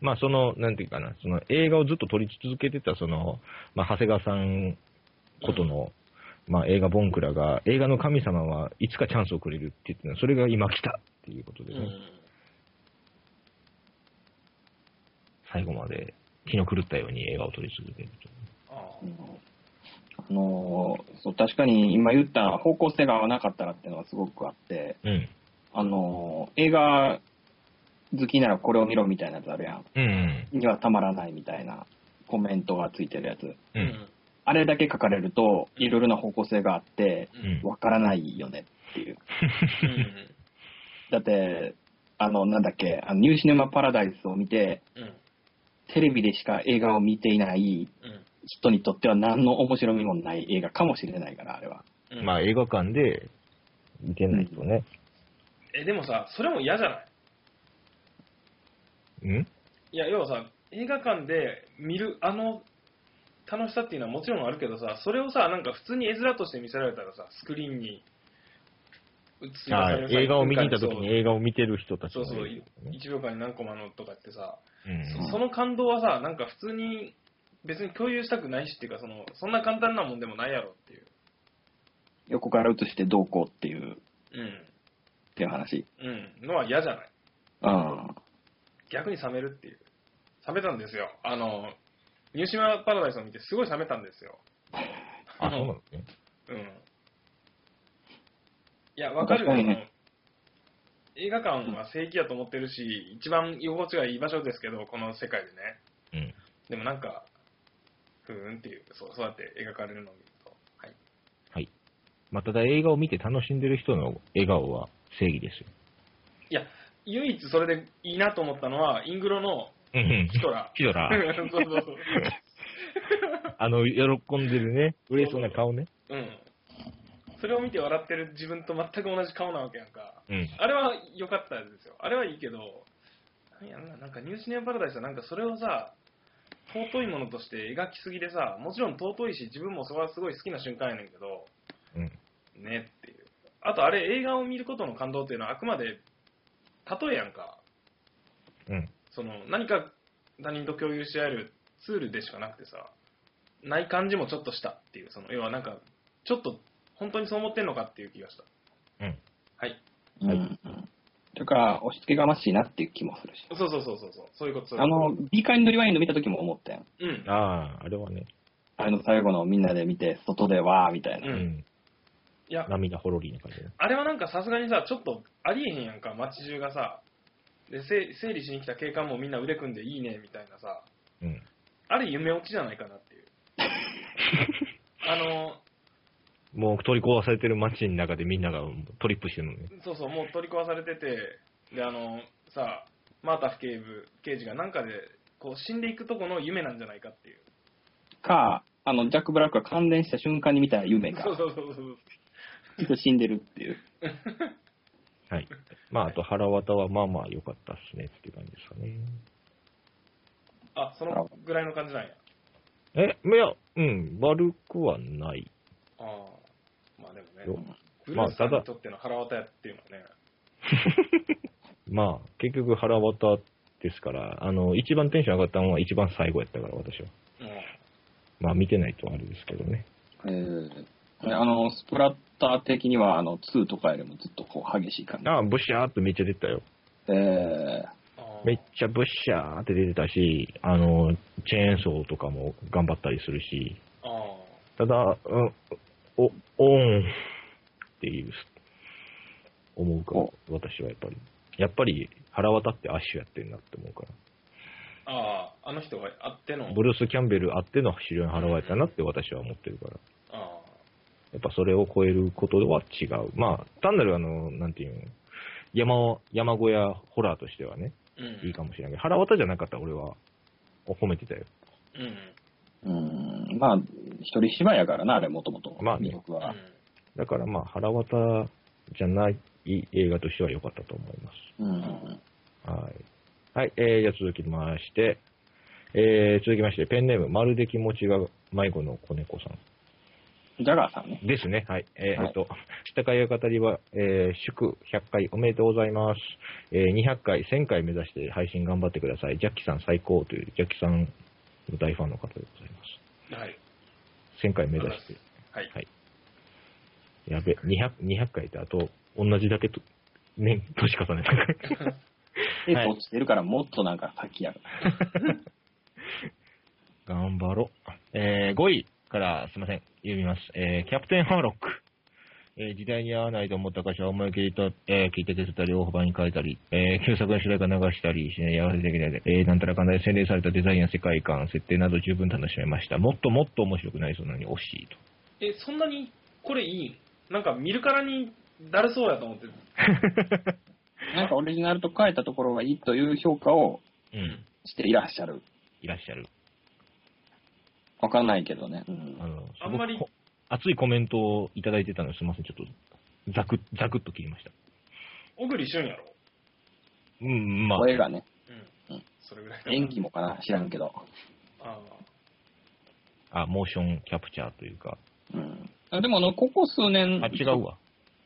まあ、その、なんていうかな、その映画をずっと撮り続けてた、その、まあ、長谷川さんことの、まあ、映画ボンクラが、映画の神様はいつかチャンスをくれるって言ってたそれが今来たっていうことでうね、ん。最後まで気の狂ったように映画を撮り続けると。ああのーそう確かに今言った方向性が合わなかったらっていうのはすごくあって、うん。あのー映画好きならこれを見ろみたいなやつあるやん。うん。にはたまらないみたいなコメントがついてるやつ。あ。う。うんん。あれだけ書かれると、いろいろな方向性があって、うん。わからないよねっていう。うんだって、あの、なんだっけ、あのニューシネマパラダイスを見て、うんテレビでしか映画を見ていないうん人にとっては何の面白みもない映画かもしれないから、あれは。うんまあ映画館で見てないとね。えでもさそれも嫌じゃないうんいや要はさ映画館で見るあの楽しさっていうのはもちろんあるけどさそれをさなんか普通に絵面として見せられたらさスクリーンに映し出されるあさ映画を見に行った時に映画を見てる人たちそうそうそうもいるよね1秒間に何個もあのとかってさ、うんそその感動はさなんか普通に別に共有したくないしっていうかそのそんな簡単なもんでもないやろっていう横から映してどうこうっていう、っていう話。うんうんのは嫌じゃないうん。逆に冷めるっていう冷めたんですよあのニューシマパラダイスを見てすごい冷めたんですよあ、そうなのね。うん。いや、わかるよ、確かにねその映画館は正義だと思ってるし、一番居心地がいい場所ですけど、この世界でね。うん。でもなんか、ふーんっていう、そうそうやって描かれるのを見ると。はい。はい。まあ、ただ映画を見て楽しんでる人の笑顔は正義ですよ。いや、唯一それでいいなと思ったのは、イングロのうんヒトラヒドラー。ー。 そうそうそう。 あの、喜んでるね。嬉しそうな顔ね。うん。それを見て笑ってる自分と全く同じ顔なわけやんか。うん。あれは良かったですよ。あれはいいけど、なんやろな、なんかニューシネマパラダイスはなんかそれをさ、尊いものとして描きすぎでさ、もちろん尊いし、自分もそれはすごい好きな瞬間やねんけど、うん。ねっていう。あとあれ映画を見ることの感動っていうのはあくまで例えやんか。うん。その何か他人と共有し合えるツールでしかなくてさ、ない感じもちょっとしたっていう、その要はなんか、ちょっと本当にそう思ってんのかっていう気がした。うん。はい。うん。というか、押し付けがましいなっていう気もするし。そうそうそうそうそう。そういうこと。そういうあこの、ビーカインドリワインド見た時も思ったよ。とうん。ああ、あれはね。あれの最後のみんなで見て、外でわーみたいな。ううんん。いや、涙ほろりな感じだね。あれはなんかさすがにさ、ちょっとありえへんやんか、街中がさ。で、せ整理しに来た警官もみんな腕組んでいいね、みたいなさ。うん。あれ夢落ちじゃないかなっていう。 あの、もう取り壊されてる街の中でみんながトリップしてるのね。そうそう、もう取り壊されてて、で、あの、さ、マータフ警部、刑事がなんかで、こう死んでいくとこの夢なんじゃないかっていう。か、あの、ジャック・ブラックが感電した瞬間に見た夢が そ、うそうそうそう。人死んでるっていう。はい。まあ、あと腹渡はまあまあ良かったっすねっていう感じですかね。あ、そのぐらいの感じなんや。え、いや、うん、悪くはない。ああ。まあでもよね、ブルースさんにとっての腹渡やっていうのはね。まあ、結局腹渡ですから、あの、一番テンション上がったのは一番最後やったから、私は。うんまあ、見てないとあれですけどね。えー、あの、スプラッター的には、あの、2とかよりもずっとこう、激しい感じ。ああ、ブシャーってめっちゃ出てたよ。えあーめっちゃブシャーって出てたし、あの、チェーンソーとかも頑張ったりするし、あただ、うん、お、オンっていう、思うからお、私はやっぱり。やっぱり腹渡ってアッシュやってんなって思うかーあー、あの人があってのら。。ブルース・キャンベルあっての資料に腹渡やなって私は思ってるから。あやっぱそれを超えることは違う。まあ、単なるあの、なんていうの、山を、山小屋ホラーとしてはね、ーうん。いいかもしれないけど、腹渡じゃなかったら俺は褒めてたよ。うん。うん。ー、うん、まあ、一人芝居やからな、あれ、もともと。まあね魅力は。だからまあ、腹渡じゃない映画としては良かったと思いまうん。す。はい。はい、えー、じゃあ続きまして、えー、続きまして、ペンネーム、まるで気持ちが迷子の子猫さん。ジャガーさんね。ですね。はい。えーはいえっと、知ったかい語りは、えー祝100回おめでとうございます。えー200回、1000回目指して配信頑張ってください。ジャッキさん最高という、ジャッキさんの大ファンの方でございます。はい。 1000回目指して。はい。やべ、200、200回ってあと、同じだけと、年、年重ねたから。テープ落ちてるから、もっとなんか先やから。 頑張ろう。えー5位からすいません、読みます。えーキャプテンハーロック。えー時代に合わないと思った歌詞は思い切りと、えー聞いて消せたり、大幅に変えたり、えー旧作の主題歌流したりし、ね、合わせてきないで、えーなんたらかんだで洗練されたデザインや世界観、設定など十分楽しめました。もっともっと面白くなりそうなのに惜しいと。え、そんなに、これいいなんか見るからにだるそうやと思って、なんかオリジナルと変えたところがいいという評価をうん。していらっしゃる。いらっしゃる。わかんないけどね。うんあの、すあんごまくりこ熱いコメントをいただいてたのですいません。ちょっと、ザクッ、ザクッと切りました。小栗旬やろ。うん、まあ。声がね、ううんん。それぐらいかな演技もかな、知らんけど。ああ、モーションキャプチャーというか。うん、あでもあの、ここ数年。あ、違うわ。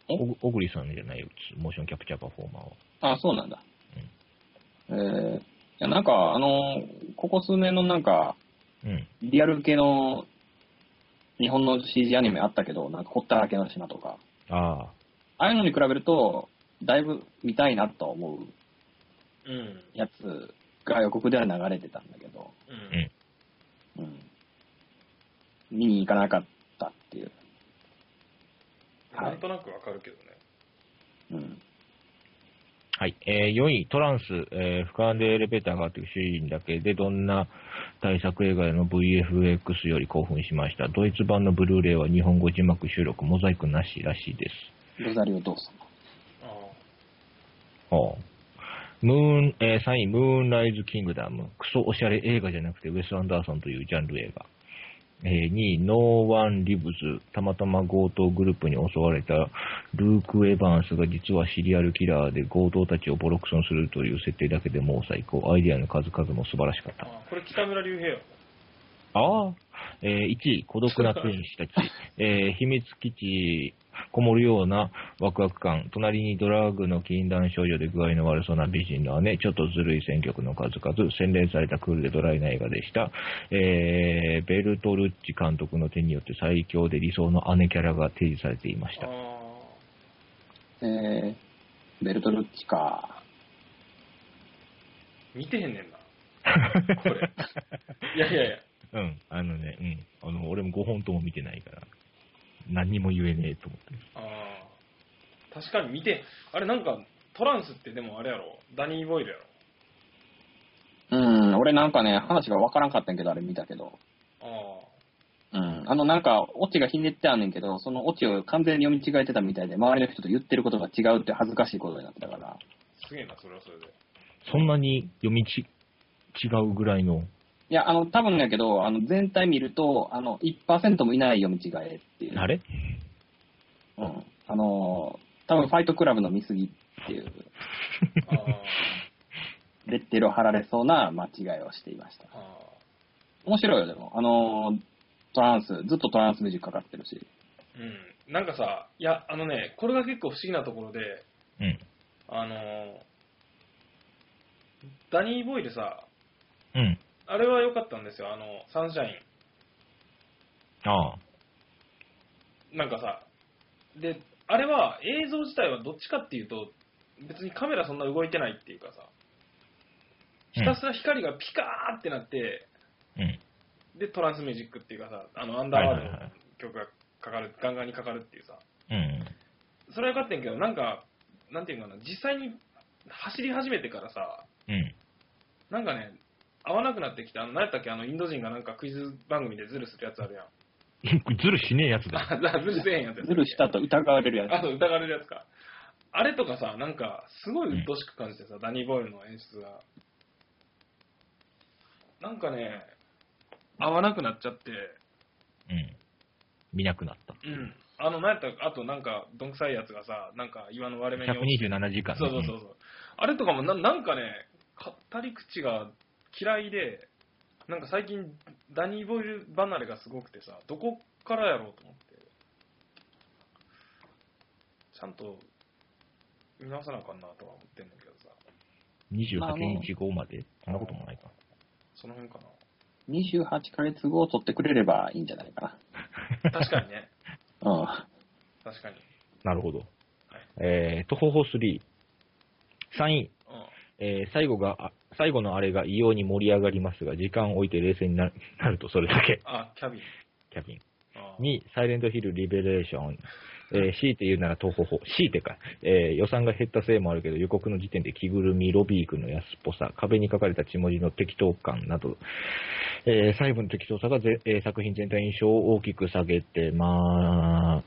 えお小栗さんじゃないよ、モーションキャプチャーパフォーマーは。あ、そうなんだ。えーいやなんか、あの、ここ数年のなんか、うん。リアル系の日本の CG アニメあったけど、なんか、ほったらけの島とか、ああ、ああいうのに比べると、だいぶ見たいなと思うーうん。やつが予告では流れてたんだけど、うん。うん、見に行かなかったっていう。はいなんとなくわかるけどね。うん、はい。えー4位、トランス、えー、俯瞰でエレベーターがあって主人だけで、どんな対策映画への VFX より興奮しました。ドイツ版のブルーレイは日本語字幕収録、モザイクなしらしいです。ロザリオどうすあほうムーン、えー3位、ムーンライズ・キングダム。クソおしゃれ映画じゃなくて、ウェス・アンダーソンというジャンル映画。えー2位、ノーワン・リブズ。たまたま強盗グループに襲われたルーク・エヴァンスが実はシリアルキラーで強盗たちをボロクソンするという設定だけでもう最高。アイデアの数々も素晴らしかっあた。これ北村隆平やろ。ああ。えー1位、孤独な天使た ち。えー秘密基地、こもるようなワクワク感。隣にドラッグの禁断症状で具合の悪そうな美人の姉。ちょっとずるい選曲の数々。洗練されたクールでドライな映画でした。えーベルトルッチ監督の手によって最強で理想の姉キャラが提示されていました。あんのえー、ベルトルッチか。あ。見てへんね んな。これ。いやいやいや。うん。あのね、うん。あの、俺も5本とも見てないから。何にも言えねえと思って。ああ。確かに見て、あれなんか、トランスってでもあれやろ。ダニー・ボイルやろ。うん、俺なんかね、話がわからんかったんやけど、あれ見たけど。あうん、あのなんか、オチがひねってあんねんけど、そのオチを完全に読み違えてたみたいで、周りの人と言ってることが違うって恥ずかしいことになってたから、あ。すげえな、それはそれで。そんなに読みち違うぐらいのいや、あの、多分やけど、あの全体見ると、あの1%もいない読み違えっていう、あれうん、あの、多分ファイトクラブの見過ぎっていう、ああ。レッテルを貼られそうな間違いをしていました。ああ。面白いよ、でも、あの、トランス、ずっとトランスミュージックかかってるし、うん。なんかさ、いや、あのね、これが結構不思議なところで、うん。あのーダニー・ボイルさ、うん。あれは良かったんですよ。あの、サンシャイああ。ン。なんかさ、で、あれは映像自体はどっちかっていうと、別にカメラそんな動いてないっていうかさ、ひたすら光がピカーってなって、うん。で、トランスミュージックっていうかさ、あの、アンダーワーはいルはいドはのい曲がかかる、ガンガンにかかるっていうさ、うん。それは良かったんやけど、なんか、なんていうのかな、実際に走り始めてからさ、うん。なんかね、合わなくなってきた、あの、何やったっけ、あの、インド人がなんかクイズ番組でズルするやつあるやん。 ズルしねえやつだ。あ、ズルせえへんやつやったっズけルしたと疑われるやつ。あと疑われるやつか。あれとかさ、なんか、すごい鬱陶しく感じてさ、ダニー・ボイルの演出が。なんかね、合わなくなっちゃって、うん。見なくなった。うん。あの、なんやったかあとなんか、どんくさいやつがさ、なんか、岩の割れ目に落ちて。 127時間。そうそうそうそう。あれとかもな、なんかね、語り口が嫌いで、なんか最近、ダニー・ボイル離れがすごくてさ、どこからやろうと思って。ちゃんと見直さなあかんなとは思ってんだけどさ、うん。28日後まで。そんなこともないか。その辺か28ヶ月後を取ってくれればいいんじゃないかな。確かにね。な。うん。 確かに。なるほど。えー、と、方法3。3位。うん。えー、最後が、あ最後のあれが異様に盛り上がりますが、時間を置いて冷静にななるとそれだけ。あ、キャビン。キャビン。あー2、サイレントヒルリベレーション。えー、強いて言うなら東方法。強いてか。えー、予算が減ったせいもあるけど、予告の時点で着ぐるみ、ロビー君の安っぽさ、壁に書かれた血文字の適当感など、えー、細部の適当さがぜ、えー作品全体の印象を大きく下げてまー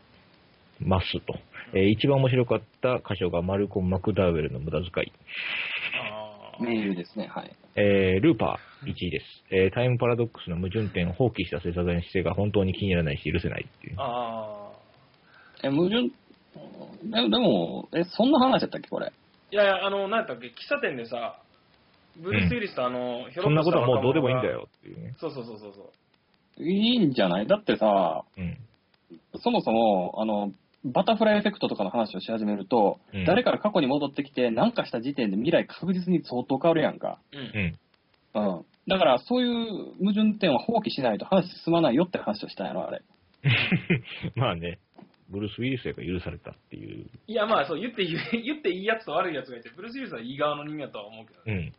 ますと。えー一番面白かった箇所がマルコン・マクダウェルの無駄遣い。あーメールですね、はい。えールーパー1位です。えータイムパラドックスの矛盾点を放棄した制作の姿勢が本当に気に入らないし許せないっていう。あー。え、矛盾、ででも、え、そんな話だったっけ、これ。いやいや、あの、なんやったっけ、喫茶店でさ、ブルース・ウィリスとあの、ひょそんなろっことしたとはもうどうでもいいんだ若者が。よっていうね。そうそうそうそうそう。いいんじゃないだってさ、うん。そもそも、あの、バタフライエフェクトとかの話をし始めると、うん誰かが過去に戻ってきて、なんかした時点で未来確実に相当変わるやんか。う。うんん。うん。だから、そういう矛盾点は放棄しないと話進まないよって話をしたんやろ、あれ。まあね、ブルース・ウィリスやから許されたっていう。いや、まあ、そう、 言っていい、言っていいやつと悪いやつがいて、ブルース・ウィリスはいい側の人間だとは思うけどね。うん。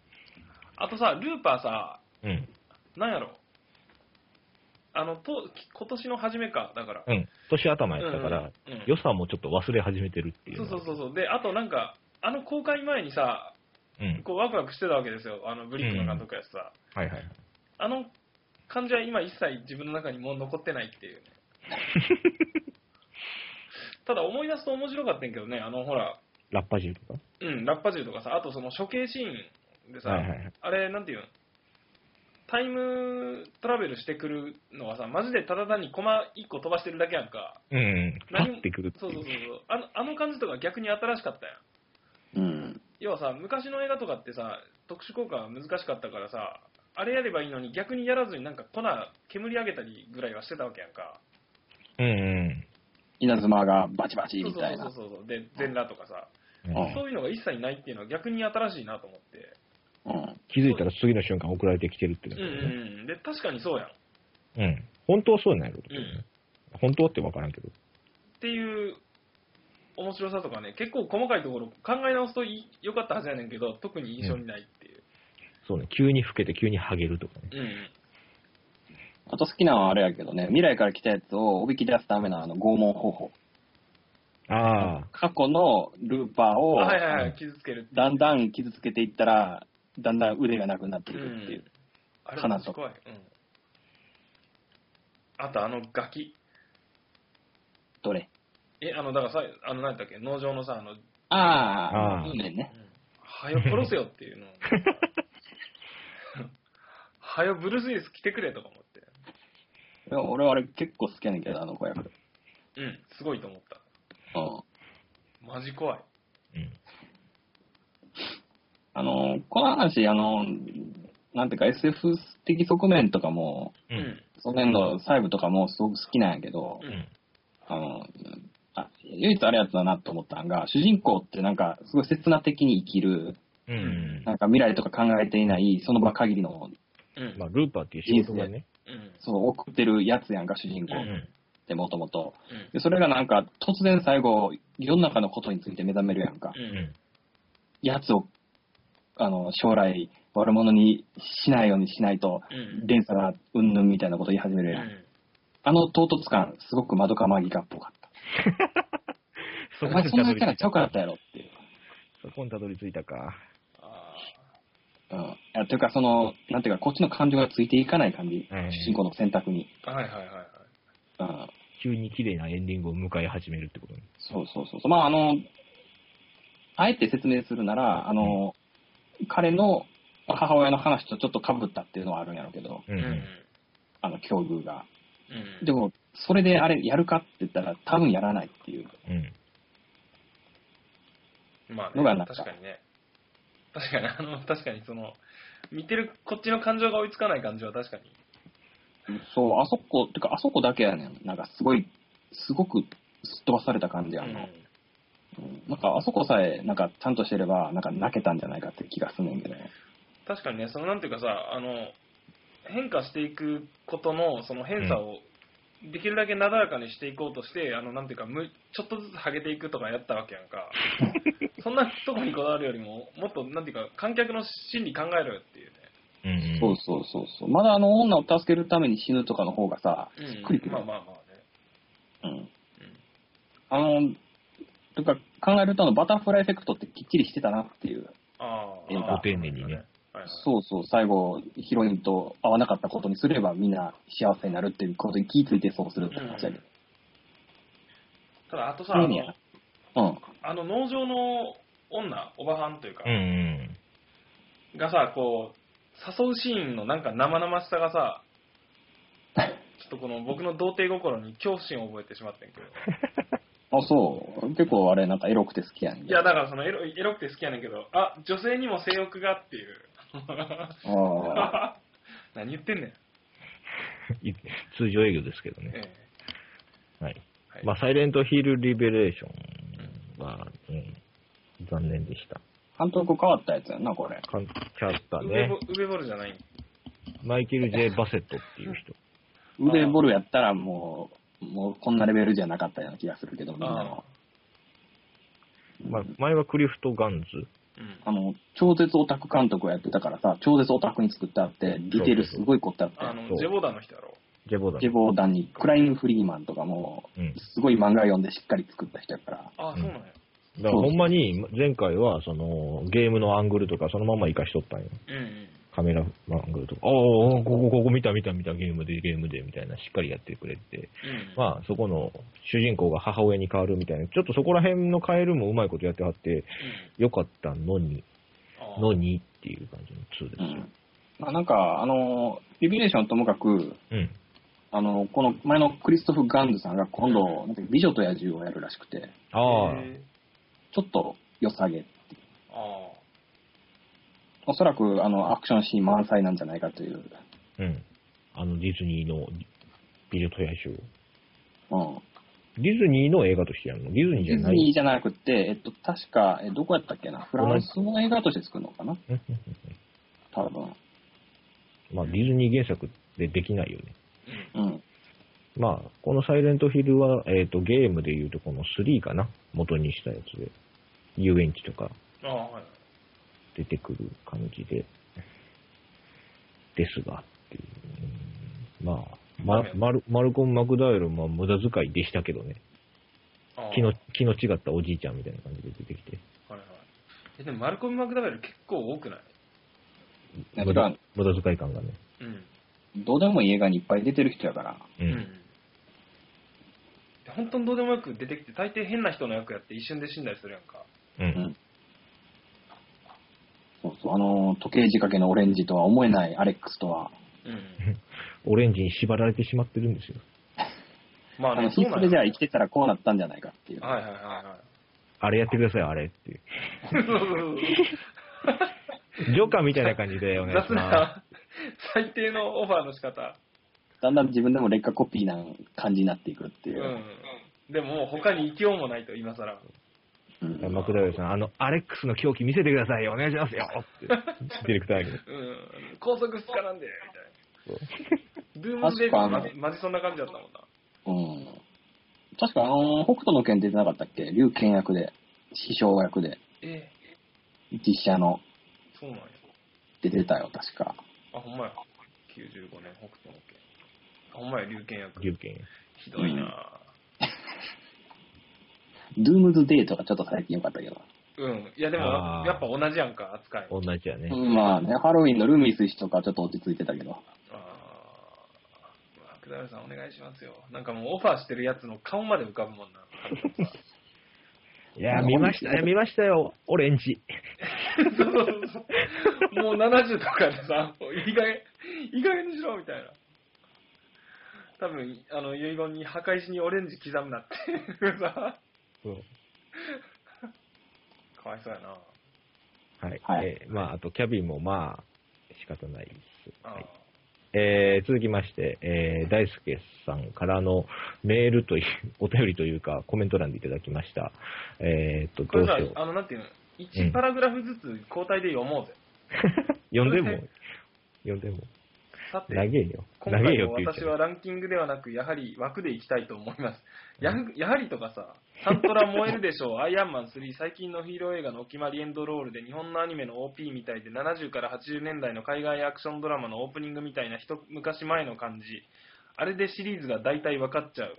あとさ、ルーパーさ、うん。なんやろ。あの、と、今年の初めか、だから。うん。年頭やったから、うんうん良さもちょっと忘れ始めてるっていうそうのそが。うそうそう。で、あとなんか、あの公開前にさ、うん。こうワクワクしてたわけですよ。あの、ブリックの監督やしさ。はいはい。あの感じは今一切自分の中にもう残ってな いっていうね。ただ思い出すと面白かったんやけどね、あのほら、ラッパ汁とか。うん、ラッパ銃とかさ、あとその処刑シーンでさ、はいはいはいあれ、なんていうんタイムトラベルしてくるのはさ、マジでただ単にコマ1個飛ばしてるだけやんか。うんうん。パ何もッてくるってそういそうそうう。そうあの。あの感じとか逆に新しかったやん。うん。要はさ、昔の映画とかってさ、特殊効果が難しかったからさ、あれやればいいのに逆にやらずになんか粉煙上げたりぐらいはしてたわけやんか。うんうん。稲妻がバチバチそうみそうたいそうな。そうそう。で、全裸とかさ、うんそういうのが一切ないっていうのは逆に新しいなと思って。うん。気づいたら次の瞬間送られてきてるっていううんのがねうんうん。で、確かにそうやん。っうん。本当はそうなんやろうけどねうん本当って分からんけど。ていう面白さとかね、結構細かいところ考え直すといい良かったはずやねんけど、特に印象にないっていう。そうね。急に老けて急にハゲるとかね。うんうん。あと好きなのはあれやけどね、未来から来たやつをおびき出すためのあの拷問方法。あ過去のルーパーをあ、はいはいはい、傷つける。だんだん傷つけていったら、だんだん腕がなくなっていくっていう。あれ花賢とい。うん。あとあのガキ。どれえ、あの、だからさ、あの、なんだっけ、農場のさ、あの、うんあああ、ー運命ね。はよ殺せよっていうの。 はよブルース・ウィリス来てくれとか思って。いや俺はあれ結構好きやねんけど、あの子役。うん、すごいと思った。うんマジ怖い。あ。うん。あの、この話、あの、なんていうか SF 的側面とかも、ううんん。側面の細部とかもすごく好きなんやけどう、ん。あの、あ唯一あれやつだなと思ったのが、主人公ってなんか、すごい刹那的に生きる、うんうんなんか未来とか考えていない、その場限りの、ううんん。まあ、ルーパーっていう仕事がね。うん。そう、送ってるやつやんか、主人公うういいん。ってもともと。で、それがなんか、突然最後、世の中のことについて目覚めるやんか。うん。うん。やつを、あの、将来、悪者にしないようにしないと、うん。連鎖がうんぬんみたいなこと言い始めるやん。あの唐突感、すごく窓かマギカっぽかった。お前そんなキャラちゃうかったやろっていう。そこにたどり着いたか。あうん。いやというか、その、なんていうか、こっちの感情がついていかない感じ。うん主人公の選択に。あ。はいはいはいはい。うん。急に綺麗なエンディングを迎え始めるってことね。そうそうそうそう。まあ、あの、あえて説明するなら、あの、彼の母親の話とちょっと被ったっていうのはあるんやろうけど、ううんん。うん。あの、境遇が。うんでも、それであれやるかって言ったら、多分やらないっていう。うん。まあのがなね、んか確かにね。確かに、あの、確かにその、見てるこっちの感情が追いつかない感じは確かに。そう、あそこ、てか、あそこだけやねん。なんか、すごい、すごく、すっ飛ばされた感じやうんんの。なんか、あそこさえ、なんか、ちゃんとしてれば、なんか、泣けたんじゃないかって気がするんだよね。確かにね、そのなんていうかさ、あの、変化していくことの、その変さを、できるだけなだらかにしていこうとして、あの、なんていうか、むちょっとずつハゲていくとかやったわけやん か。そんなとこにこだわるよりも、もっと、なんていうか、観客の心理考えろよっていうね。うん。そうそうそうそう。まだあの、女を助けるために死ぬとかの方がさ、しっくりくうる。ん、まあまあまあね。うんうんあの、とか、考えるとあの、バタフライエフェクトってきっちりしてたなっていう。あええあ。ご丁寧にねはいはい。そうそう、最後、ヒロインと会わなかったことにすれば、みんな幸せになるっていうことに気ぃついてそうするって話だけど。ただ、あとさ、そうあいうののやなうん。あの農場の女、おばはんというか、うん。がさ、こう、誘うシーンのなんか生々しさ がさ、ちょっとこの僕の童貞心に恐怖心を覚えてしまってんけど。あ、そう。結構あれ、なんかエロくて好きやん。いや、だからそのエロエロくて好きやねんけど、あ、女性にも性欲がっていう。あ あ。 何言ってんねん。い通常営業ですけどね。えはい。えはいまあ、サイレントヒールリベレーションは、うん、残念でした。監督変わったやつやんな、これ。かんキャラクターウベねボ。ウベボルじゃないんマイケル・ J ・バセットっていう人。腕ボルやったらもう、もうこんなレベルじゃなかったような気がするけど、みんなあの。まあ、前はクリフト・ガンズ。ーうんあの、超絶オタク監督をやってたからさ、超絶オタクに作ってあって、ディテールすごい凝ってあって、あその、うジェボダの人やろ。ジェボダゲン。ボーダンに、クライン・フリーマンとかも、うん。すごい漫画読んでしっかり作った人やから、ああ、そうなんや。だからほんまに前回はそのゲームのアングルとかそのまま活かしとったんよ。うんうん。カメラアングルとか、おーおー、ここ、ここ見た見た見たゲームでゲームでみたいなしっかりやってくれて、うんまあそこの主人公が母親に変わるみたいな、ちょっとそこら辺の変えるもうまいことやってはって、よかったのに、うんあのにっていう感じの2でうすよん。まあ、なんか、あの、リビレーションともかく、。うん。あの、この前のクリストフ・ガンズさんが今度、なんか美女と野獣をやるらしくて、ああー、へーちょっと良さげ。あおそらく、あの、アクションシーン満載なんじゃないかという。うん。あのディズニーのビルト野獣。うん。ディズニーの映画としてやるのディズニーじデゃィズなニい。ーじゃなくて、えっと、確か、え、どこやったっけな、フランスの映画として作るのかなうんうん多分。うんまあディズニー原作でできないよね。うん。まあ、このサイレントヒルは、えっ、と、ゲームでいうとこの3かな元にしたやつで。遊園地とかあ、ああ、はい。出てくる感じで。ですが、っていう。うんまあ、ま、マルマルコム・マクダイルも無駄遣いでしたけどね。あー気の、気の違ったおじいちゃんみたいな感じで出てきて。はいはい。え、でもマルコム・マクダベル結構多くないね無それは駄、無駄遣い感がね。うん。どうでもいい映画にいっぱい出てる人やから。う。うんん。本当にどうでもよく出てきて、大抵変な人の役やって一瞬で死んだりするやんか。う。うんん。そうそう、あの、時計仕掛けのオレンジとは思えないアレックスとは、うん。オレンジに縛られてしまってるんですよ。まああの、ね、ヒそうーなプんでじゃやあ生きてたらこうなったんじゃないかっていう。はいはいはいはい。あれやってください、あれっていう。そうそうそうジョーカーみたいな感じでお願いし 雑まな、最低のオファーの仕方。だんだん自分でも劣化コピーな感じになっていくってういんう。。でも、他に生きようもないと、今更。うす。ん。マクダイルさん、あの、アレックスの狂気見せてくださいよ、お願いしますよって、ディレクターに。うん。高速室からんで、みたいな。ドゥームズベイ確ビかあーのマジ、マジそんな感じだったもんな。うん、確か、あの、北斗の拳出てなかったっけ龍剣役で、師匠役で、え実写のそうなんや。出てたよ、確か。あ、ほんまや。95年、北斗の拳。あ、ほんまや、龍拳役。龍拳。ひどいなドゥームズデーとかちょっと最近良かったけど。うん。いや、でもあ、ーやっぱ同じやんか、扱い。同じやね。まあね、ハロウィンのルミス氏とかちょっと落ち着いてたけど。ああ。くだらさん、お願いしますよ。なんかもう、オファーしてるやつの顔まで浮かぶもんな。いや、見ましたよ、見ましたよ、オレンジ。そうそうそうもう70とかでさ、もういい加減、いい加減にしろ、みたいな。多分あの、遺言に墓石にオレンジ刻むなっていうさ、かわいそうやな。はい。はいえーまあ、あと、キャビンもまあ、仕方ないです。あーはいえー続きまして、えー大輔さんからのメールという、お便りというか、コメント欄でいただきました。えーっと、こどうれしさよ、う。あの、なんていうの、うん1パラグラフずつ交代で読もうぜ。読んでも、読んでも、さて、長えよ。長今え回よもって言っ私ちゃうはランキングではなく、やはり枠でいきたいと思います。やはやはりとかさ、サントラ燃えるでしょう、ア イアンマン3、最近のヒーロー映画のお決まりエンドロールで、日本のアニメの OP みたいで、70から80年代の海外アクションドラマのオープニングみたいな一昔前の感じ、あれでシリーズが大体わかっちゃう。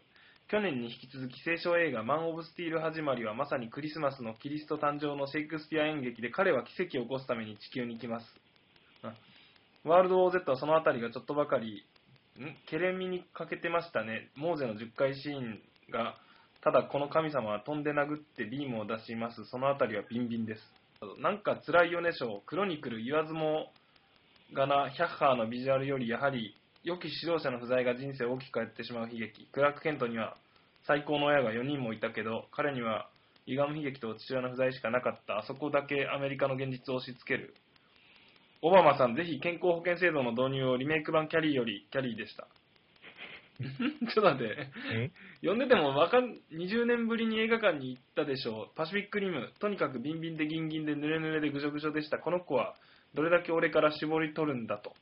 去年に引き続き聖書映画「マン・オブ・スティール」始まりはまさにクリスマスのキリスト誕生のシェイクスピア演劇で彼は奇跡を起こすために地球に来ます。あワールド・オー・ゼットはそのあたりがちょっとばかりんケレミに欠けてましたね。モーゼの10回シーンがただこの神様は飛んで殴ってビームを出します。そのあたりはビンビンです。なんか辛いよね賞、クロニクル言わずもがな、ヒャッハーのビジュアルよりやはり、良き指導者の不在が人生を大きく変えてしまう悲劇。クラーク・ケントには最高の親が4人もいたけど、彼には歪む悲劇と父親の不在しかなかった。あそこだけアメリカの現実を押し付ける。オバマさん、ぜひ健康保険制度の導入をリメイク版キャリーよりキャリーでした。 ちょっと待って。読んでてもわかん20年ぶりに映画館に行ったでしょうパシフィックリムとにかくビンビンでギンギンでぬれぬれでぐしょぐしょでしたこの子はどれだけ俺から絞り取るんだと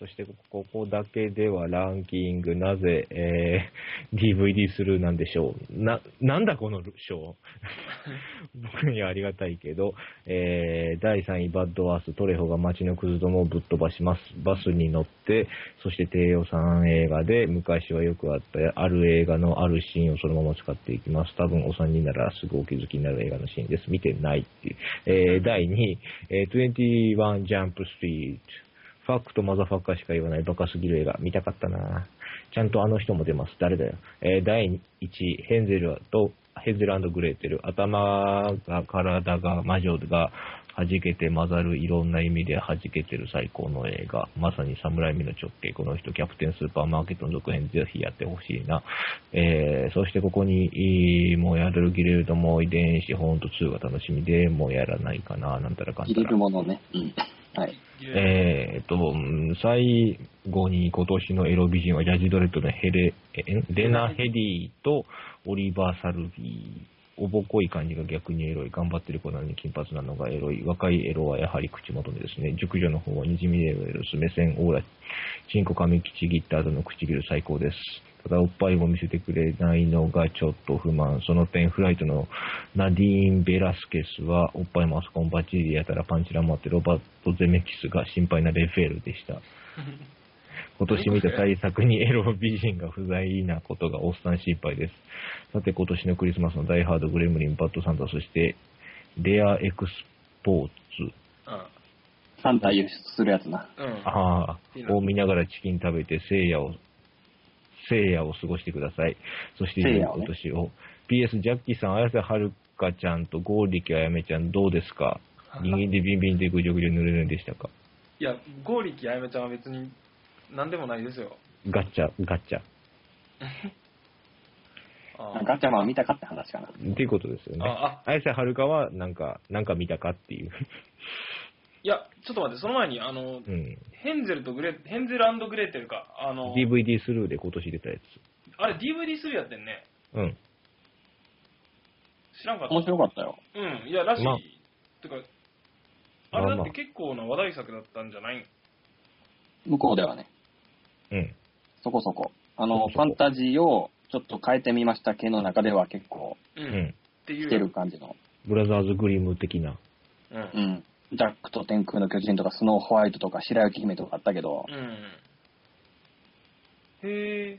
そして、ここだけではランキング、なぜ、えー DVD スルーなんでしょう。な、なんだこの賞僕にはありがたいけど、えー第3位、バッドアース、トレホが街のクズどもをぶっ飛ばします。バスに乗って、そして低予算映画で、昔はよくあった、ある映画のあるシーンをそのまま使っていきます。多分、お三人ならすぐお気づきになる映画のシーンです。見てないっていう。えー第2位、えー21ジャンプストリート。ファックとマザファッカーしか言わないバカすぎる映画。見たかったなちゃんとあの人も出ます。誰だよ。えー第1位、ヘンゼルと、ヘンゼルグレーテル。頭が、体が、魔女が、弾けて混ざる、いろんな意味で弾けてる最高の映画。まさに侍味の直径。この人、キャプテンスーパーマーケットの続編、ぜひやってほしいな。えーそしてここに、いいもうやるギレルドも遺伝子、ほんと2が楽しみで、もうやらないかな、なんたらかんた入れらる。ものね。うん。はい。えーっと、うん最後に今年のエロ美人はジャージ・ドレッドのヘレ、えんレナ・ヘディとオリバー・サルビー。おぼこい感じが逆にエロい。頑張ってる子なのに金髪なのがエロい。若いエロはやはり口元でですね。熟女の方はにじみでエロエロス。目線、オーラ、チンコ髪きちぎった後の唇最高です。ただおっぱいを見せてくれないのがちょっと不満。その点、フライトのナディーン・ベラスケスは、おっぱいもあそこもバッチリでやたらパンチラもあって、ロバート・ゼメキスが心配なレフェールでした。今年見た大作にエロ美人が不在なことがおっさん心配です。さて、今年のクリスマスのダイハード、グレムリン、バッドサンダー、そして、レア・エクスポーツ、あサンタ輸出するやつな。うんああ、を見ながらチキン食べて、聖夜を、聖夜を過ごしてください。そして、聖夜をね今年を。PS、ジャッキーさん、綾瀬はるかちゃんと剛力あやめちゃん、どうですか人間でビンビンでぐじょぐじょ濡れるんでしたかいや剛力あやめちゃんは別に何でもないですよガッチャ、ガッチャ。あガチャマン見たかって話かな。っていうことですよね。あ綾瀬はるかは、なんか、なんか見たかっていう。いやちょっと待ってその前にあの、うん。ヘンゼルとグレヘンゼルグレーテルかあの DVD スルーで今年出たやつ。あれ DVD するやってんねうん。知らんかった面白かったよ。うん、いや、らしい。まあてか、あれだまあっまあて結構な話題作だったんじゃない向こうではね。うん。そこそこ。あその、こフそこァンタジーをちょっと変えてみました系の中では結構う。うんん。ってい来う。てる感じの。ブラザーズグリム的な。うん。う。ん。ジャックと天空の巨人とか、スノーホワイトとか、白雪姫とかあったけど、うん。へえ。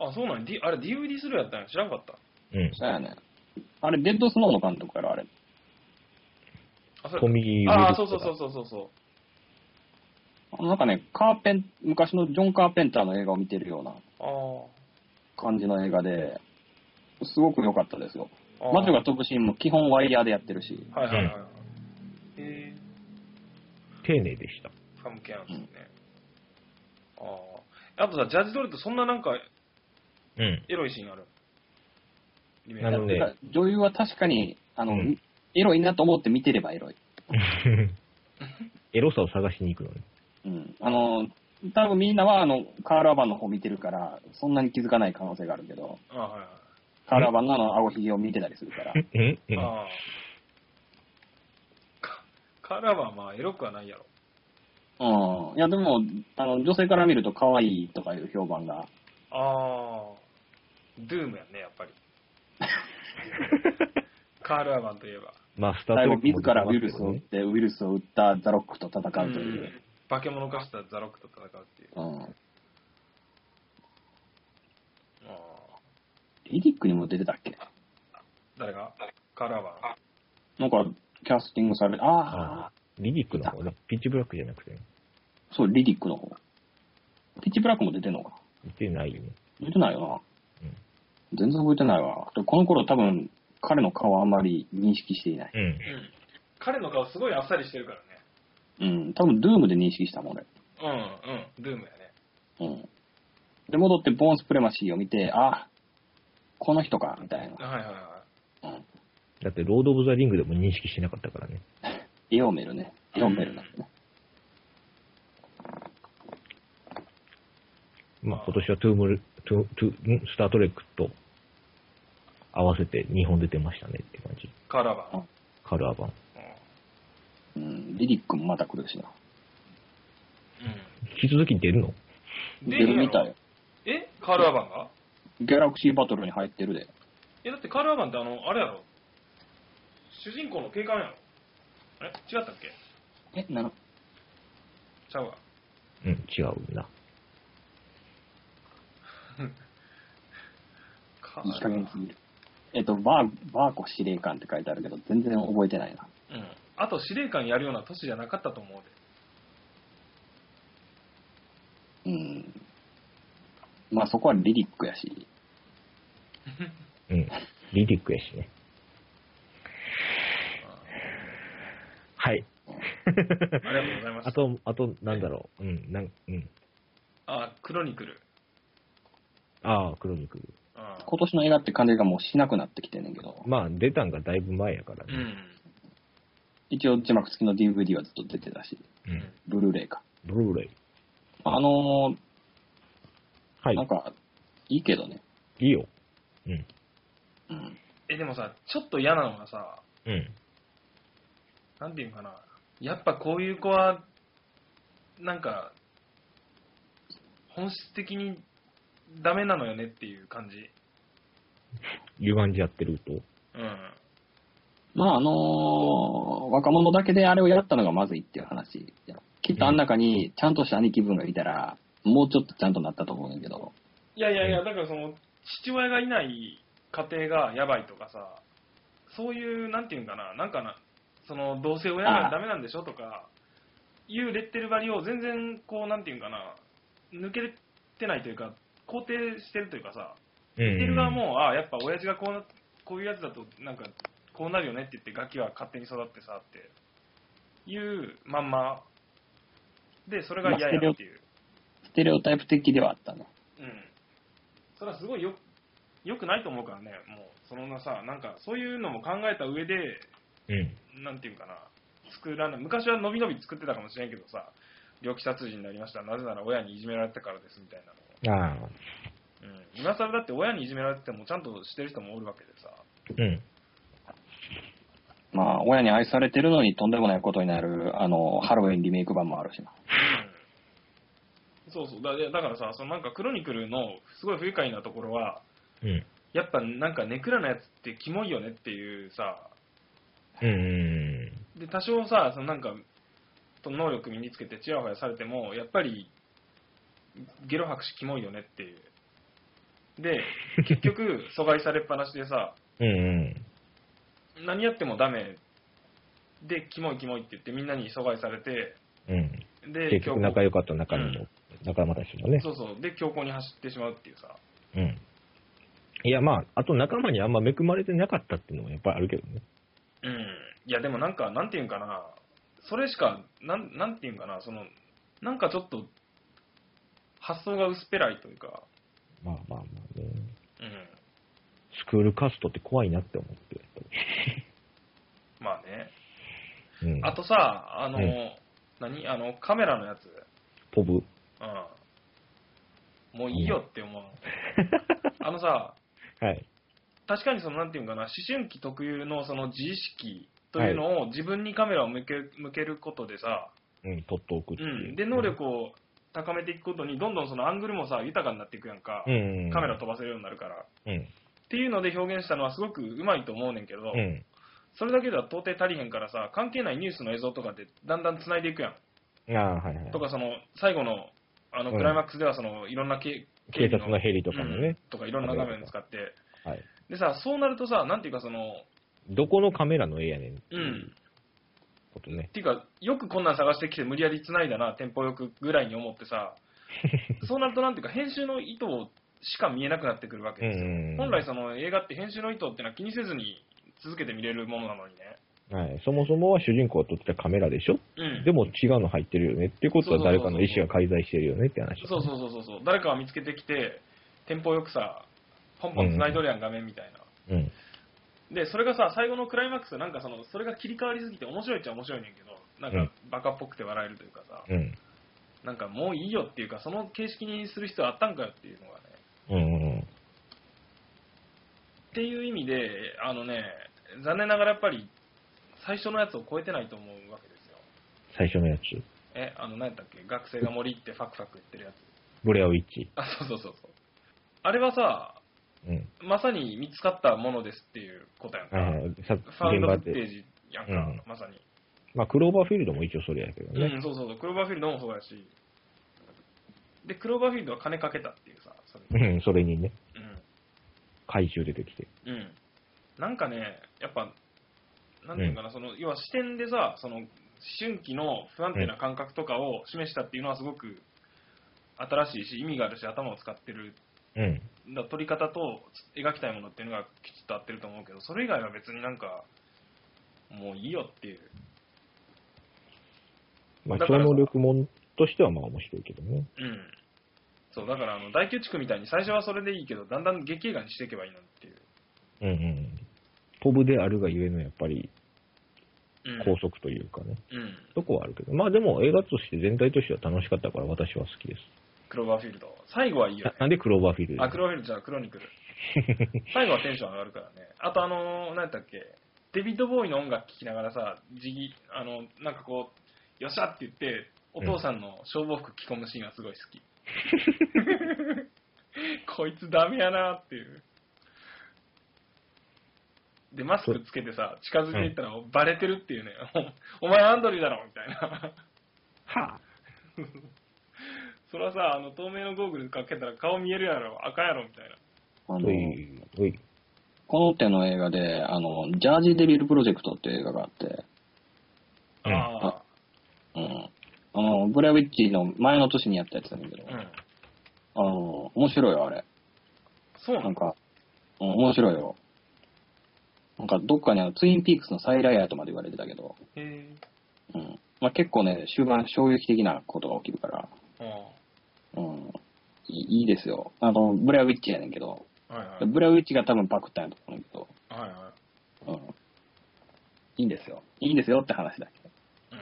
あ、そうなんや、D、あれ DVD するやったんや。知らんかった。うん。そうやね。あれ、デッドスノーの監督やろ、あれ。あ、そトミー・ウィルスああ、そうそうそうそうそうそなんかね、カーペン、昔のジョン・カーペンターの映画を見てるようなう。あ感じの映画で、すごく良かったですよ。あ。ああ魔女が飛ぶシーンも基本ワイヤーでやってるし、はいはいはいはい。へえ。丁寧でした。ファム系なんですね。ああ。あとさ、ジャージドレッド、そんななんか、うん。エロいシーンあるリメイなるほク。どねだから女優は確かに、あの、うんエロいなと思って見てればエロい。 エロさを探しに行くのね。うん。あの、多分みんなは、あの、カーラーバンの方見てるから、そんなに気づかない可能性があるけど、ああ、はいはい。カーラーバンのあの、青ひげを見てたりするから。うんうんああかからはまあエロくはないやろ。うん。いや、でも、あの、女性から見ると可愛いとかいう評判が、ああ、ドゥームやね、やっ ぱり。カール・アーバンといえば。まあ、スター最ト後自らウイルスを打っね。て、ウイルスを打ったザロックと戦うという。化け物化したザロックと戦うっていう。うん。ああリリックにも出てたっけ誰がカール・アーバン。なんか、キャスティングされて、あああ、リリックの方ね。ピッチブラックじゃなくてね。そう、リリックの方。ピッチブラックも出てんのか出てないよね。出てないよ全然覚えてないわ。でこの頃多分、彼の顔はあんまり認識していない。うん。うん。彼の顔すごいあっさりしてるからね。うん。多分、ドゥームで認識したもん、俺。うんうん、ドゥームやね。うん。で、戻って、ボーンスプレマシーを見て、あ、この人か、みたいな。はいはいはうん。だって、ロード・オブ・ザ・リングでも認識してなかったからね。エオメルね。エオメルなんだね。まあ、今年はトゥームル、トゥ、トゥ、んスター・トレックと合わせて2本出てましたねって感じ。い。カラバン。カラー版。うん。リリックもまた来るしな。う引き続き出るのん。出るみたい。えカラーバンがギャラクシーバトルに入ってるで。え、だってカラーバンってあの、あれやろ主人公の警官やろあれ違ったっけえ、なのちゃうわ。うん、違うんだ。カいい加減すぎる。えっと、バー、バーコ司令官って書いてあるけど、全然覚えてないな。うん。あと司令官やるような年じゃなかったと思うで。うん。まあそこはリリックやし。 うん。リリックやしね。はい。ありがとうございまあした。と、あと、なんだろう。うん、なん、うん。あ、クロニクル。ああ、クロニクル。あ今年の映画って感じがもうしなくなってきてんねんけど、まあ、出たんがだいぶ前やからうね。ん。一応字幕付きの DVD はずっと出てたし、うん。ブルーレイか。ブルーレイ。あのーはなんい。か、いいけどね。いいよ。うん。うん。え、でもさ、ちょっと嫌なのがさ、うん。なんていうかな。やっぱこういう子は、なんか、本質的にダメなのよねっていう感じ。歪んじゃってると。うん。まああのー若者だけであれをやったのがまずいっていう話やろきっとあん中にちゃんとした兄貴分がいたら、もうちょっとちゃんとなったと思うんやけど、いやいやいや、だからその、父親がいない家庭がやばいとかさ、そういう、なんていうんかな、なんかな、その、同性親がダメなんでしょとか、いうレッテル張りを全然、こう、なんていうんかな、抜けてないというか、肯定してるというかさ、うんレッテル側も、ああ、やっぱ親父がこうな、こういうやつだと、なんか、こうなるよねって言って、ガキは勝手に育ってさ、っていうまんま、で、それが嫌やっていう。ステレオタイプ的ではあったね。うん、それはすごいよよくないと思うからね、もう、そのなさ、なんかそういうのも考えた上で、うん。なんていうかな、作らない、昔はのびのび作ってたかもしれんけどさ、猟奇殺人になりました、なぜなら親にいじめられたからですみたいなああ。のを、うん、今更だって親にいじめられても、ちゃんとしてる人もおるわけでさ、うん。まあ、親に愛されてるのにとんでもないことになる、あの、ハロウィンリメイク版もあるしな。うん、そうそうだ、でだからさ、そのなんかクロニクルのすごい不愉快なところは、うん。やっぱなんかネクラなやつってキモいよねっていうさ、うん。で多少さそのなんかと能力身につけてちやほやされてもやっぱりゲロ吐くしキモいよねっていう で結局阻害されっぱなしでさうん。何やってもダメでキモいキモいって言ってみんなに阻害されてうん。で結局仲良かった仲間うも、仲間たちもね。そうそうで強行に走ってしまうっていうさうん。いや、まあ、あと仲間にあんま恵まれてなかったっていうのもやっぱりあるけどね。うんいやでもなんかなんていうんかなそれしかなんなんていうんかなそのなんかちょっと発想が薄っぺらいというかまあまあまあね。うんスクールカストって怖いなって思って。まあねうん。あとさ、あの、うん何あの、カメラのやつ。ポブ。うん。もういいよって思う。あのさ、はい。確かにその、なんていうんかな、思春期特有のその自意識というのを自分にカメラを向け向けることでさ、うん、取っておくってういん。で、能。力を高めていくことに、どんどんそのアングルもさ、豊かになっていくやんか。うん。カメラ飛ばせるようになるから。っうん。ていうので表現したのはすごくうまいと思うねんけど、うん。それだけでは到底足りへんからさ、関係ないニュースの映像とかってだんだん繋いでいくやん。ああ、はいはい。とか、その、最後の、あの、うんクライマックスでは、その、いろんな警警察のヘリとかもね。、とかいろんな画面使って。はい。でさ、そうなるとさ、なんていうか、その、どこのカメラの絵やねんってう。いうんことね。っていうか、よくこんなん探してきて、無 理やり繋いだな、テンポよくぐらいに思ってさ、そうなると、なんていうか、編集の意図をしか見えなくなってくるわけですよ。うん本来その映画って編集の意図ってのは気にせずに続けて見れるものなのにね。はい、そもそもは主人公が撮ってたカメラでしょ、うん。でも違うの入ってるよねっていうことは誰かの意思が介在してるよねって話。そうそうそうそうそう。誰かが見つけてきて、テンポよくさ、ポンポン繋いどるやん、画面みたいな。うん。で、それがさ、最後のクライマックス、なんかその、それが切り替わりすぎて面白いっちゃ面白いねんけど、うなんんか、バカっぽくて笑えるというかさ、うん。なんかもういいよっていうか、その形式にする必要あったんかよっていうのがね。うんうんっていう意味で、あのね、残念ながらやっぱり、最初のやつを超えてないと思うわけですよ。最初のやつ。え、あの、何やったっけ学生が森行ってファクファク言ってるやつ。ブレアウィッチ。あ、そうそうそうそう。あれはさ、うん。まさに見つかったものですっていうことやんか。あさファウン現ド場フッテーで。ジやんか、うんまさに。まあ、クローバーフィールドも一応それやけどね。うん、そうそうそう。クローバーフィールドもそうやし。で、クローバーフィールドは金かけたっていうさ、それうにん、それにね、うん。回収出てきて。うん、なんかね、やっぱ、なんていうのかな、その要は視点でさ、その思春期の不安定な感覚とかを示したっていうのはすごく新しいし、意味があるし、頭を使ってる、うん。だ撮り方と描きたいものっていうのがきちっと合ってると思うけど、それ以外は別になんか、もういいよっていう。まあ、だか超らさ能力もんとしてはまあ面白いけどね。うん。そう、だからあの、大宮地区みたいに最初はそれでいいけど、だんだん劇映画にしていけばいいなっていう。うんうん。ポブであるがゆえのやっぱりうん。拘束というかね、うん。そこはあるけど。まあでも映画として全体としては楽しかったから私は好きです。クローバーフィールド。最後はいいよなね。なんでクローバーフィールドあ、クローフィールドじゃあクロニクル。最後はテンション上がるからね。あとあのー、何やったっけ、デビッド・ボーイの音楽聴きながらさ、ジギ、あの、なんかこう、よっしゃって言って、お父さんの消防服着込むシーンがすごい好 き。こいつダメやなっていう。で、マスクつけてさ、近づいていったら、バレてるっていうね、 おお前アンドリューだろみたいな。はそれはさ、あの、透明のゴーグルかけたら顔見えるやろ、赤やろみたいな。あぁ。のおい、おい。この手の映画で、あの、ジャージーデビルプロジェクトっていう映画があって、うんああ、うん。あの、ブレアウィッチの前の年にやったやつなんだけど、うん。あの、面白いよ、あれ。そうななんんだ。か、うん、面白いよ。なんか、どっかにあの、ツインピークスの再来やとまで言われてたけど、へうえ。ん。まあ、結構ね、終盤衝撃的なことが起きるから、あうん。いいいいですよ。あの、ブレアウィッチやねんけど、あはいはい。ブレアウィッチが多分パクったんやと思うけど、はいはうん。いいんですよ。いいんですよって話だけど。い。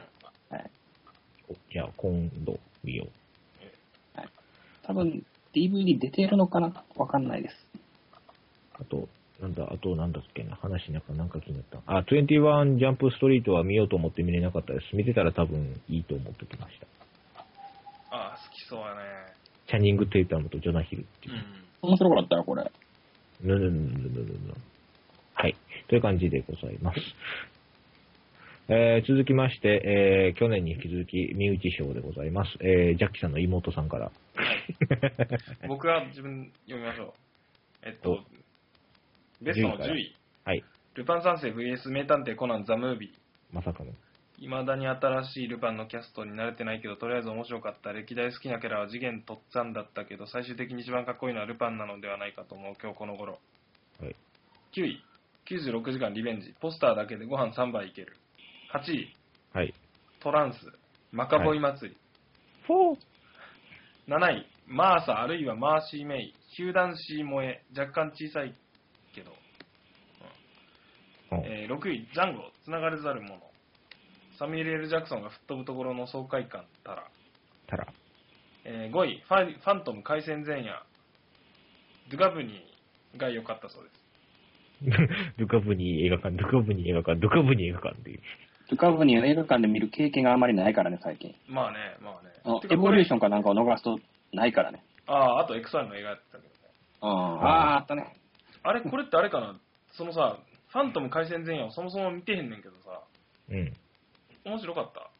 うん。じゃあ今度見よう。多分、DVD 出てるのかなわかんないです。あと、なんだ、あとなんだっけな、話なんかなんか気になった。あ、21ジャンプストリートは見ようと思って見れなかったです。見てたら多分いいと思ってきました。ああ、好きそうやね。チャニング・テイタムとジョナヒルってういう。ん。面白かったよ、これ。ぬぬぬぬぬぬぬはい。という感じでございます。えー続きまして、えー去年に引き続き、身内賞でございます。えージャッキさんの妹さんから。僕は自分読みましょう。えっと、ベストの10位。はい。ルパン三世 VS 名探偵コナンザムービー。まさかの。未だに新しいルパンのキャストに慣れてないけど、とりあえず面白かった。歴代好きなキャラは次元とっつぁんだったけど、最終的に一番かっこいいのはルパンなのではないかと思う、今日この頃。はい。 9位、96時間リベンジ。ポスターだけでご飯3杯いける。8位、はい。トランス。マカボイ祭り。フォー7位、マーサあるいはマーシーメイ、ヒューダンシー萌え、若干小さいけど、えー6位、ジャンゴ、つながれざる者、サミュエル・エル・ジャクソンが吹っ飛ぶところの爽快感たら、たら。え5位ファイ、ファントム海戦前夜、ドゥガブニーが良かったそうで す。ドゥカブニー映画館、ドゥカブニー映画館、ドゥカブニー映画館っていう。ルカブに映画館で見る経験があまりないからね、最近。まあね、まあねあの。てかエボリューショこンかなんかを逃すとないからね。れああ、あとエクサイルの映画やってたけどね。ああー、あったね。あれ、これってあれかな、そのさ、ファントム海戦前夜をそもそも見てへんねんけどさ、うん。面白かった。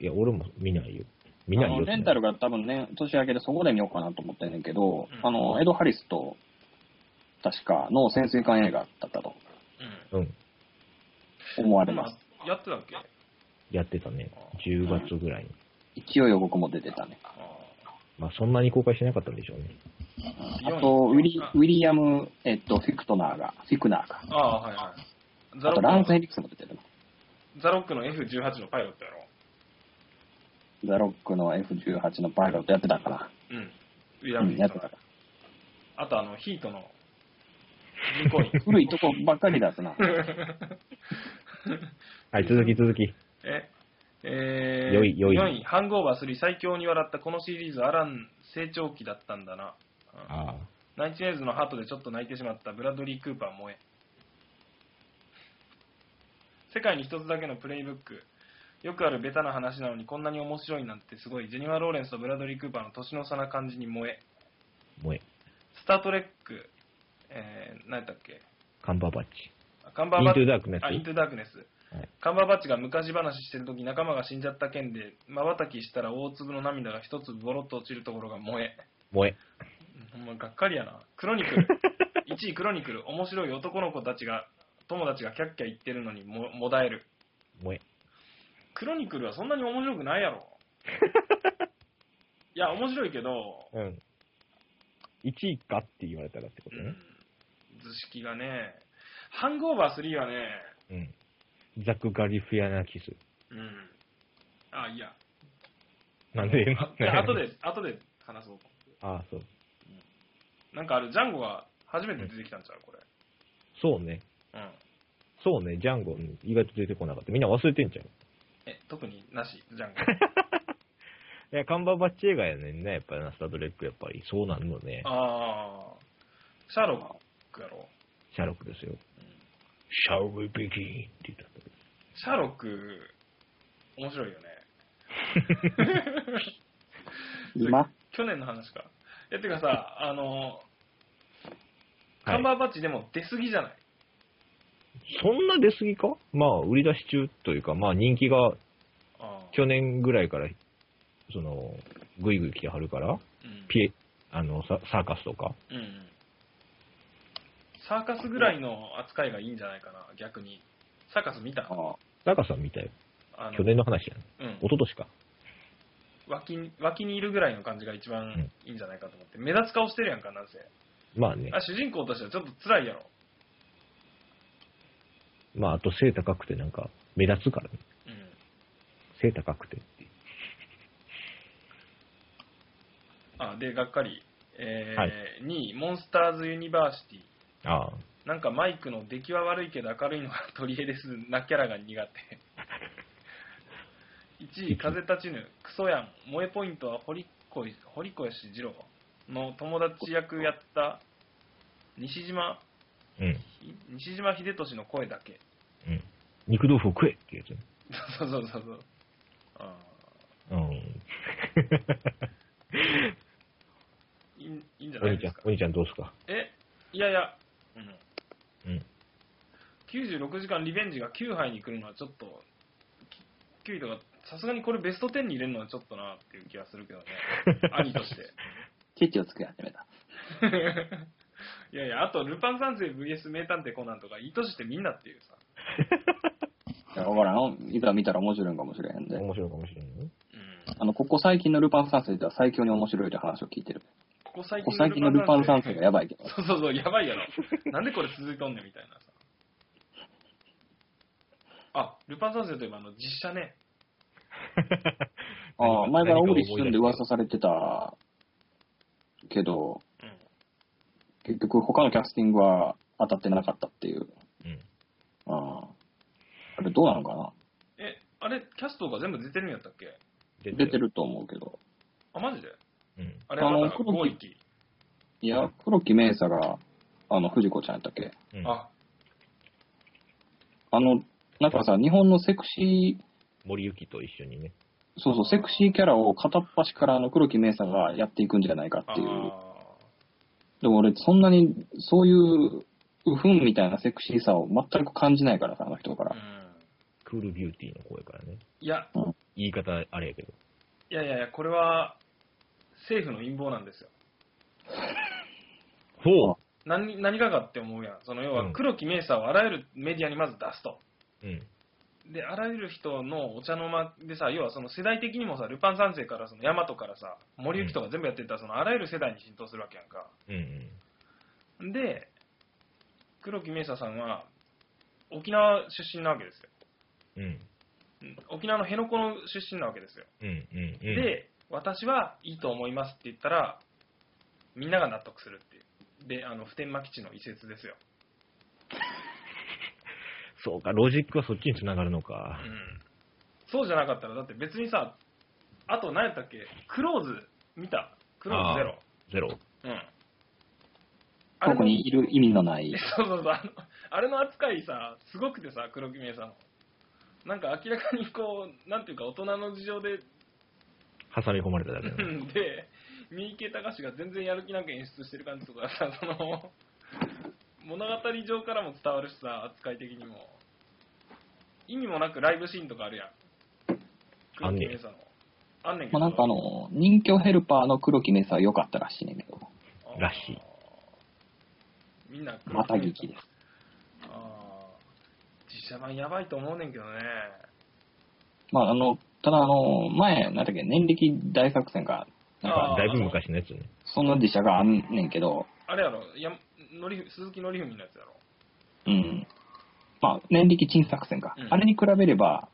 いや、俺も見ないよ。見ないあよ。のレンタルが多分ね、年明けでそこで見ようかなと思ってんねんけど、うんあの、エド・ハリスと、確か、の潜水艦映画だったとううん。思われん。ます。あやってたっけやってたね。10月ぐらいに。勢いよ僕も出てたね。あまあ、そんなに公開しなかったんでしょうね。あとウィリ、ウィリアム、えっと、フィクトナーが、フィクナーが。ああ、はいはい。ザあロと、ランッス・クヘリクスも出てるの。ザロックの F18 のパイロットやろ。ザ・ロックの F18 のパイロットやってたかうん。ウィリら。アうム・ん、フィやっクてトナたーか。あとあの、ヒー トの銀 行員。ら。古いとこばっかりだ すな。はい、続き続き。え、えー、良い良い4位、ハングオーバー3最強に笑ったこのシリーズ、アラン成長期だったんだな。うんあナイチネーズのハートでちょっと泣いてしまったブラッドリー・クーパー萌え。世界に一つだけのプレイブック。よくあるベタな話なのにこんなに面白いなんてすごい。ジェニファー・ローレンスとブラッドリー・クーパーの年の差な感じに萌え。ー、もうえ、スター・トレック、えー、何やったっけカンバーバッチ。あカンバイーンバトゥーダークのやつあ、イントゥ・ダークネス。はいカンバーバッチが昔話してるとき仲間が死んじゃった件で、瞬きしたら大粒の涙が一粒ボロッと落ちるところが萌え。もうえ、ほんまがっかりやな。クロニクル。1位クロニクル。面白い男の子たちが、友達がキャッキャ言ってるのにももだえる。もうえ。クロニクルはそんなに面白くないやろ。いや、面白いけど、うん。1位かって言われたらってことうねん。図式がね、ハングオーバー3はね、うん。ザク・ガリフィアナキス。うん。あ、いや。なんであいや後。で、後で話そう。 ああ、そう。なんかあれ、ジャンゴが初めて出てきたんちゃうこれ。そうね。うん。そうね、ジャンゴ、うん意外と出てこなかった。みんな忘れてんじゃん。え、特になし、ジャンゴ。いや、カンバーバッチ映画やねんね、やっぱりな、スタートレック、やっぱり。そうなんのね。あー、シャーロックやろ。シャーロックですよ。Shall we begin? って言ったとこシャーロック、面白いよね。 今去年の話か。え、てかさ、あの、はいカンバーバッチでも出過ぎじゃない、そんな出過ぎかまあ、売り出し中というか、まあ、人気があー去年ぐらいから、その、ぐいぐい来てはるから、うんピエ、あの、ササーカスとか。うんうん。サーカスぐらいの扱いがいいんじゃないかな、逆に。サーカス見たあサーカスは見たよ。あの去年の話やね。う一ん昨年か。脇に脇にいるぐらいの感じが一番いいんじゃないかと思って、目立つ顔してるやんか、なんせ。まあねあ、主人公としてはちょっと辛いやろ。まあ、あと背高くてなんか、目立つからね。うん。背高くてっていう。あ、で、がっかり。えーはい2位、モンスターズ・ユニバーシティ。ああ。なんかマイクの出来は悪いけど明るいのが取り柄です。なキャラが苦手。1位、風立ちぬ。クソやん。萌えポイントは堀越堀越二郎の友達役やった西島、うん。ひ西島秀俊の声だけ。うん。肉豆腐食えっていうやつね。そうそうそうそう。あうん。ーいいいいんじゃ おない兄ちでゃんすか、。お兄ちゃんどうすかえ、いやいや、うん、うん。 96時間リベンジが9杯に来るのはちょっと、き9位とか、さすがにこれベスト10に入れるのはちょっとなっていう気がするけどね、兄として。 ケチをつけ始めた。いやいや、あと、ルパン三世 VS 名探偵コナンとか、意図してみんなっていうさ、だからほらの、いざ見たら面白いんかもしれへんで。面白いかもしれんね。うん、あの、ここ最近のルパン三世では最強に面白いって話を聞いてる。ここ最ここ最近の近ルパン三世がやばばいけど。そうそうそう、やばいやろ。なんでこれ続いとんねんみたいなさ。あ、ルパン三世といえばあの実写ね。 ああ、前からオーリッシュ何か思ンでい出噂されてたけど、うん結局他のキャスティングは当たってなかったっていう。うん。あああれどうなのかなえ、あれ、キャストが全部出てるんやったっけ出出て。ると思うけど。あ、マジでうん。あれ、ああのなたが黒木五一いや、黒木メイサが、あの、藤子ちゃんやったっけうんあ、あの、なんかさ、日本のセクシー、森行と一緒にね。そうそう、セクシーキャラを片っ端からあの黒木メイサがやっていくんじゃないかあっていう。あでも俺、そんなに、そういう、うふんみたいなセクシーさを全く感じないからさ、あの人かー、うら。ん。クールビューティーの声からね。いや、言い方あれやけど。いやいやいや、これは、政府の陰謀なんですよ。そ何、何がかって思うやん。その、要うは、ん黒木メイサをあらゆるメディアにまず出すと。ううん。で、あらゆる人のお茶の間でさ、要はその世代的にもさ、ルパン三世からそのヤマトからさ、森行とか全部やってた、そのあらゆる世代に浸透するわけやんか。うんうん。で、黒木メイサさんは、沖縄出身なわけですよ。うん。うん沖縄の辺野古の出身なわけですよ。うんうんうん。、で、私はいいと思いますって言ったら、みんなが納得するっていう。で、あの、普天間基地の移設ですよ。そうか、ロジックはそっちに繋がるのかう。ん。そうじゃなかったら、だって別にさ、あと何やったっけ、クローズ見た。クローズゼロ。ゼロ。うん。あれここにいる意味のない。そうそうそう、あのあれの扱いさ、すごくてさ、黒木メイさんの。なんか明らかにこう、なんていうか大人の事情で、挟み込まれただけだね。で、三池隆が全然やる気なんか演出してる感じとかさ、その、物語上からも伝わるしさ、扱い的にも。意味もなくライブシーンとかあるやん。あ黒んね木んメイさんの。あんねんけまあ、ど。なんかあの、人形ヘルパーの黒木メサは良かったらしいねんけど、あーらしい。みんな黒ま木たメイ劇さんです。あー実写版やばいと思うねんけどね。まあ、あの、ただあの、前、なんだっけ、年力大作戦が、なんあか、ーだいぶ昔のやつね。そんな自社があんねんけど、あれやろ、やのり鈴木のりふみのやつやろ。うん。まあ、年力珍作戦か。うんあれに比べれば、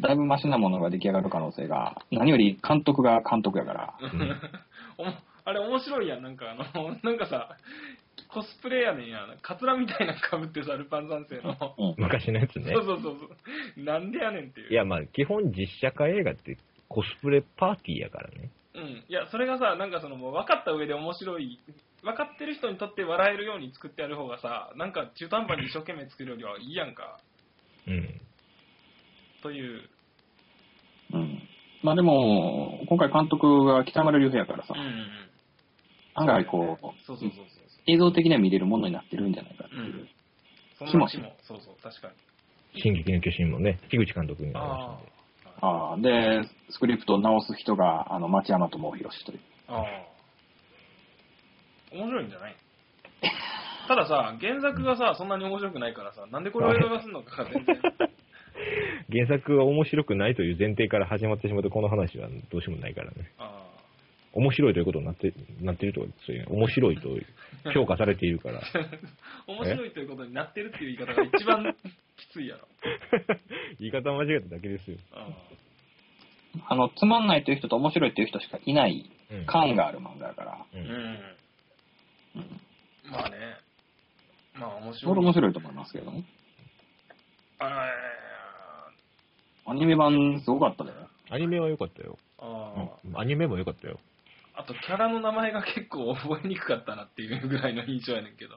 だいぶマシなものが出来上がる可能性が、何より監督が監督やから、ん おもあれ面白いやん、なんかあの、 なんかさ、コスプレやねんや、カツラみたいなのかぶってさ、ルパン三世の。うん。昔のやつねそ。うそうそうそう。なんでやねんっていう。いや、まあ、基本実写化映画ってコスプレパーティーやからね。うん。いや、それがさ、なんかその、もう分かった上で面白い、分かってる人にとって笑えるように作ってやる方がさ、なんか中途半端に一生懸命作るよりはいいやんか。うん。という。うん。まあでも、今回監督が北村隆平やからさうん、うんうん。案外こう、そうそうそうそう映像的には見れるものになってるんじゃないかってう。いう。ん。そんな話も、そうそう、確かに。進撃の巨人もね、樋口監督になりましたあんで。あ。ああで、スクリプトを直す人が、あの、町山智博という。ああ。面白いんじゃないたださ、原作がさ、そんなに面白くないからさ、なんでこれを映画化するのかが全 然。原作は面白くないという前提から始まってしまうと、この話はどうしようもないからね。あ 面白いということになってなってるとか、そういう面白いと評価されているから。あ。面白いということになってるっていう言い方が一番きついやろ。 言い方間違えただけですよ。ああの、つまんないという人と面白いという人しかいないうん感がある漫画だから、うあうんん。うん。まあね。まあ面白それ面い。白いと思いますけどね。ああアニメ版すごかっただよ。アニメは良かったよ。ああ。アニメも良かったよ。あと、キャラの名前が結構覚えにくかったなっていうぐらいの印象やねんけど。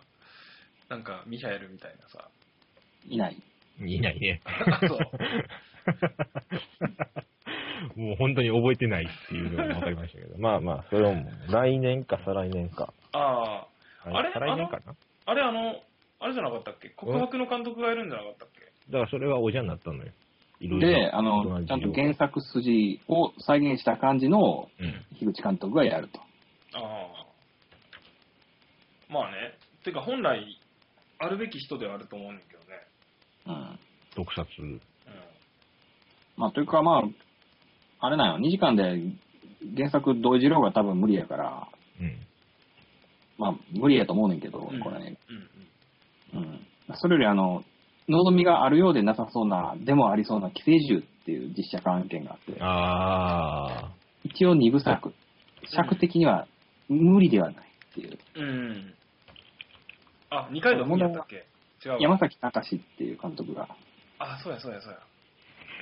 なんか、ミハエルみたいな さ。いない。いないね。あそう。もう本当に覚えてないっていうのが分かりました けど。まあまあ、それはもう来年か再来年か。ああ。あれ再来年かなあれあの、あれじゃなかったっけ告白の監督がいるんじゃなかったっけだからそれはおじゃになったのよ。いろいろで、あの、ちゃんと原作筋を再現した感じのうん樋口監督がやると。ああ。まあね。てか本来、あるべき人ではあると思うねんだけどね。うん。特撮。まあ、というかまあ、あれなんよ、2時間で原作同時量が多分無理やから、うん。まあ、無理やと思うねんけど、うん。これね。うんうん。うん。それより、あの、望みがあるようでなさそうな、でもありそうな寄生獣っていう実写化案件があって、あ一応二部作。尺的には無理ではないっていう。うん。あ、二階堂ふみやったっけ違うわ。山崎隆っていう監督が、あ、そうやそ うやそうや。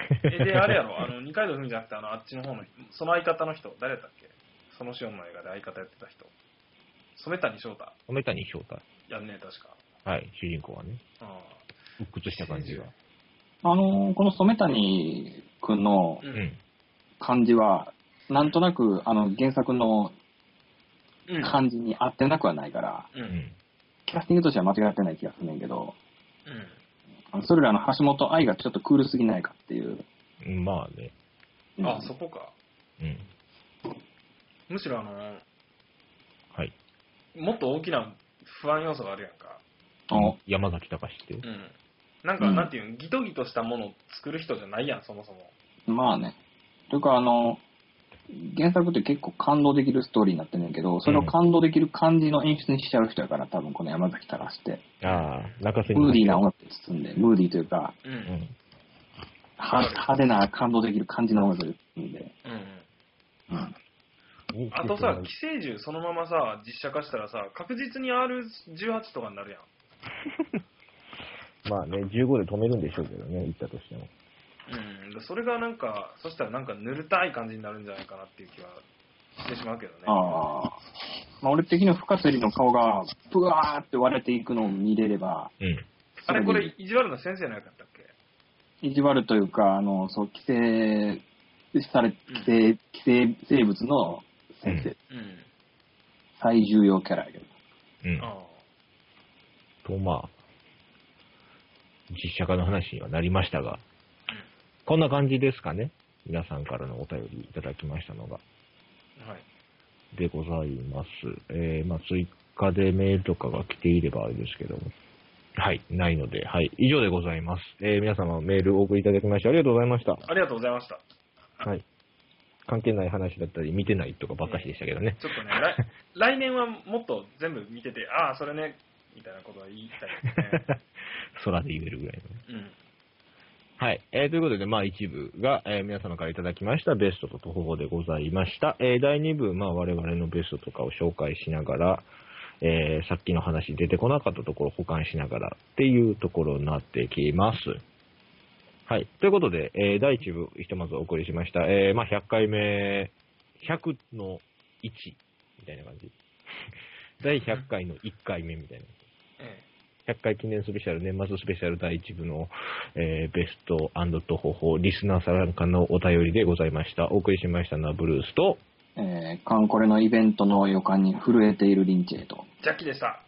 え、で、あれやろ、あの、二階堂ふみじゃなくて、あの、あっちの方の、その相方の人、誰だっけそのシオンの映画で相方やってた人。染谷翔太。あ。めたに正体。やんね確か。はい、主人公はね。ああ。鬱した感じが。あのーこの染谷くんのう。うんん。感じは、なんとなく、あの、原作のうん。感じに合ってなくはないから、う。うんん。キャスティングとしては間違ってない気がするねんけど、うん。あのそれらの橋本愛がちょっとクールすぎないかっていう。うんまあね。うんあ、そこか。うん。むしろあの、はい。もっと大きな不安要素があるやんか。あの山崎隆って。うん。なんか、うんなんていうの、ギトギトしたものを作る人じゃないやん、そもそも。まあね。というか、あの、原作って結構感動できるストーリーになってんねんけど、それを感動できる感じの演出にしちゃう人やから、多分この山崎たらして、ああ、中瀬に。ムーディーな音楽で包んで、ムーディーというか、うん。う。うんん。は派手な感動できる感じの音楽で包んで、うんうん、あとさ、寄生獣そのままさ、実写化したらさ、確実に R18 とかになるやん。まあね、15で止めるんでしょうけどね、行ったとしても。うん、それがなんか、そしたらなんかぬるたい感じになるんじゃないかなっていう気はしてしまうけどね。ああ。まあ、俺的には深瀬里の顔が、ブワーって割れていくのを見れれば、うん。あれ、こそれ、意地悪な先生のやかったっけ意地悪というか、あの、そう、規制され、規制、規制生物の先生、ううん。最重要キャラやけど。うん。あと、まあ、実写化の話にはなりましたが、こんな感じですかね。皆さんからのお便りいただきましたのが。あはい。でございます。えー、まあ、追加でメールとかが来ていればあれですけども。はい、ないので、はい、以上でございます。えー、皆様メールお送りいただきましてありがとうございました。ありがとうございました。はい。関係ない話だったり、見てないとかばっかしでしたけどね。ちょっとね、来 来年はもっと全部見てて、ああ、それね、みたいなことは言いたいですね。 空で言えるぐらいのね。うん。はい。えーということで、まあ一部が、えー皆様からいただきましたベストと途方でございました。えー第2部、まあ我々のベストとかを紹介しながら、えーさっきの話出てこなかったところを保管しながらっていうところになってきます。はい。ということで、えー第1部、ひとまずお送りしました。えーまあ100回目、100の1みたいな感じ。 第100回の1回目みたいな。え100回記念スペシャル、年末スペシャル第1部の、えーベストと方法、リスナーさんからのお便りでございました。お送りしましたのはブルースと、えー、カンコレのイベントの予感に震えているリンチェと。えジャッキーでした。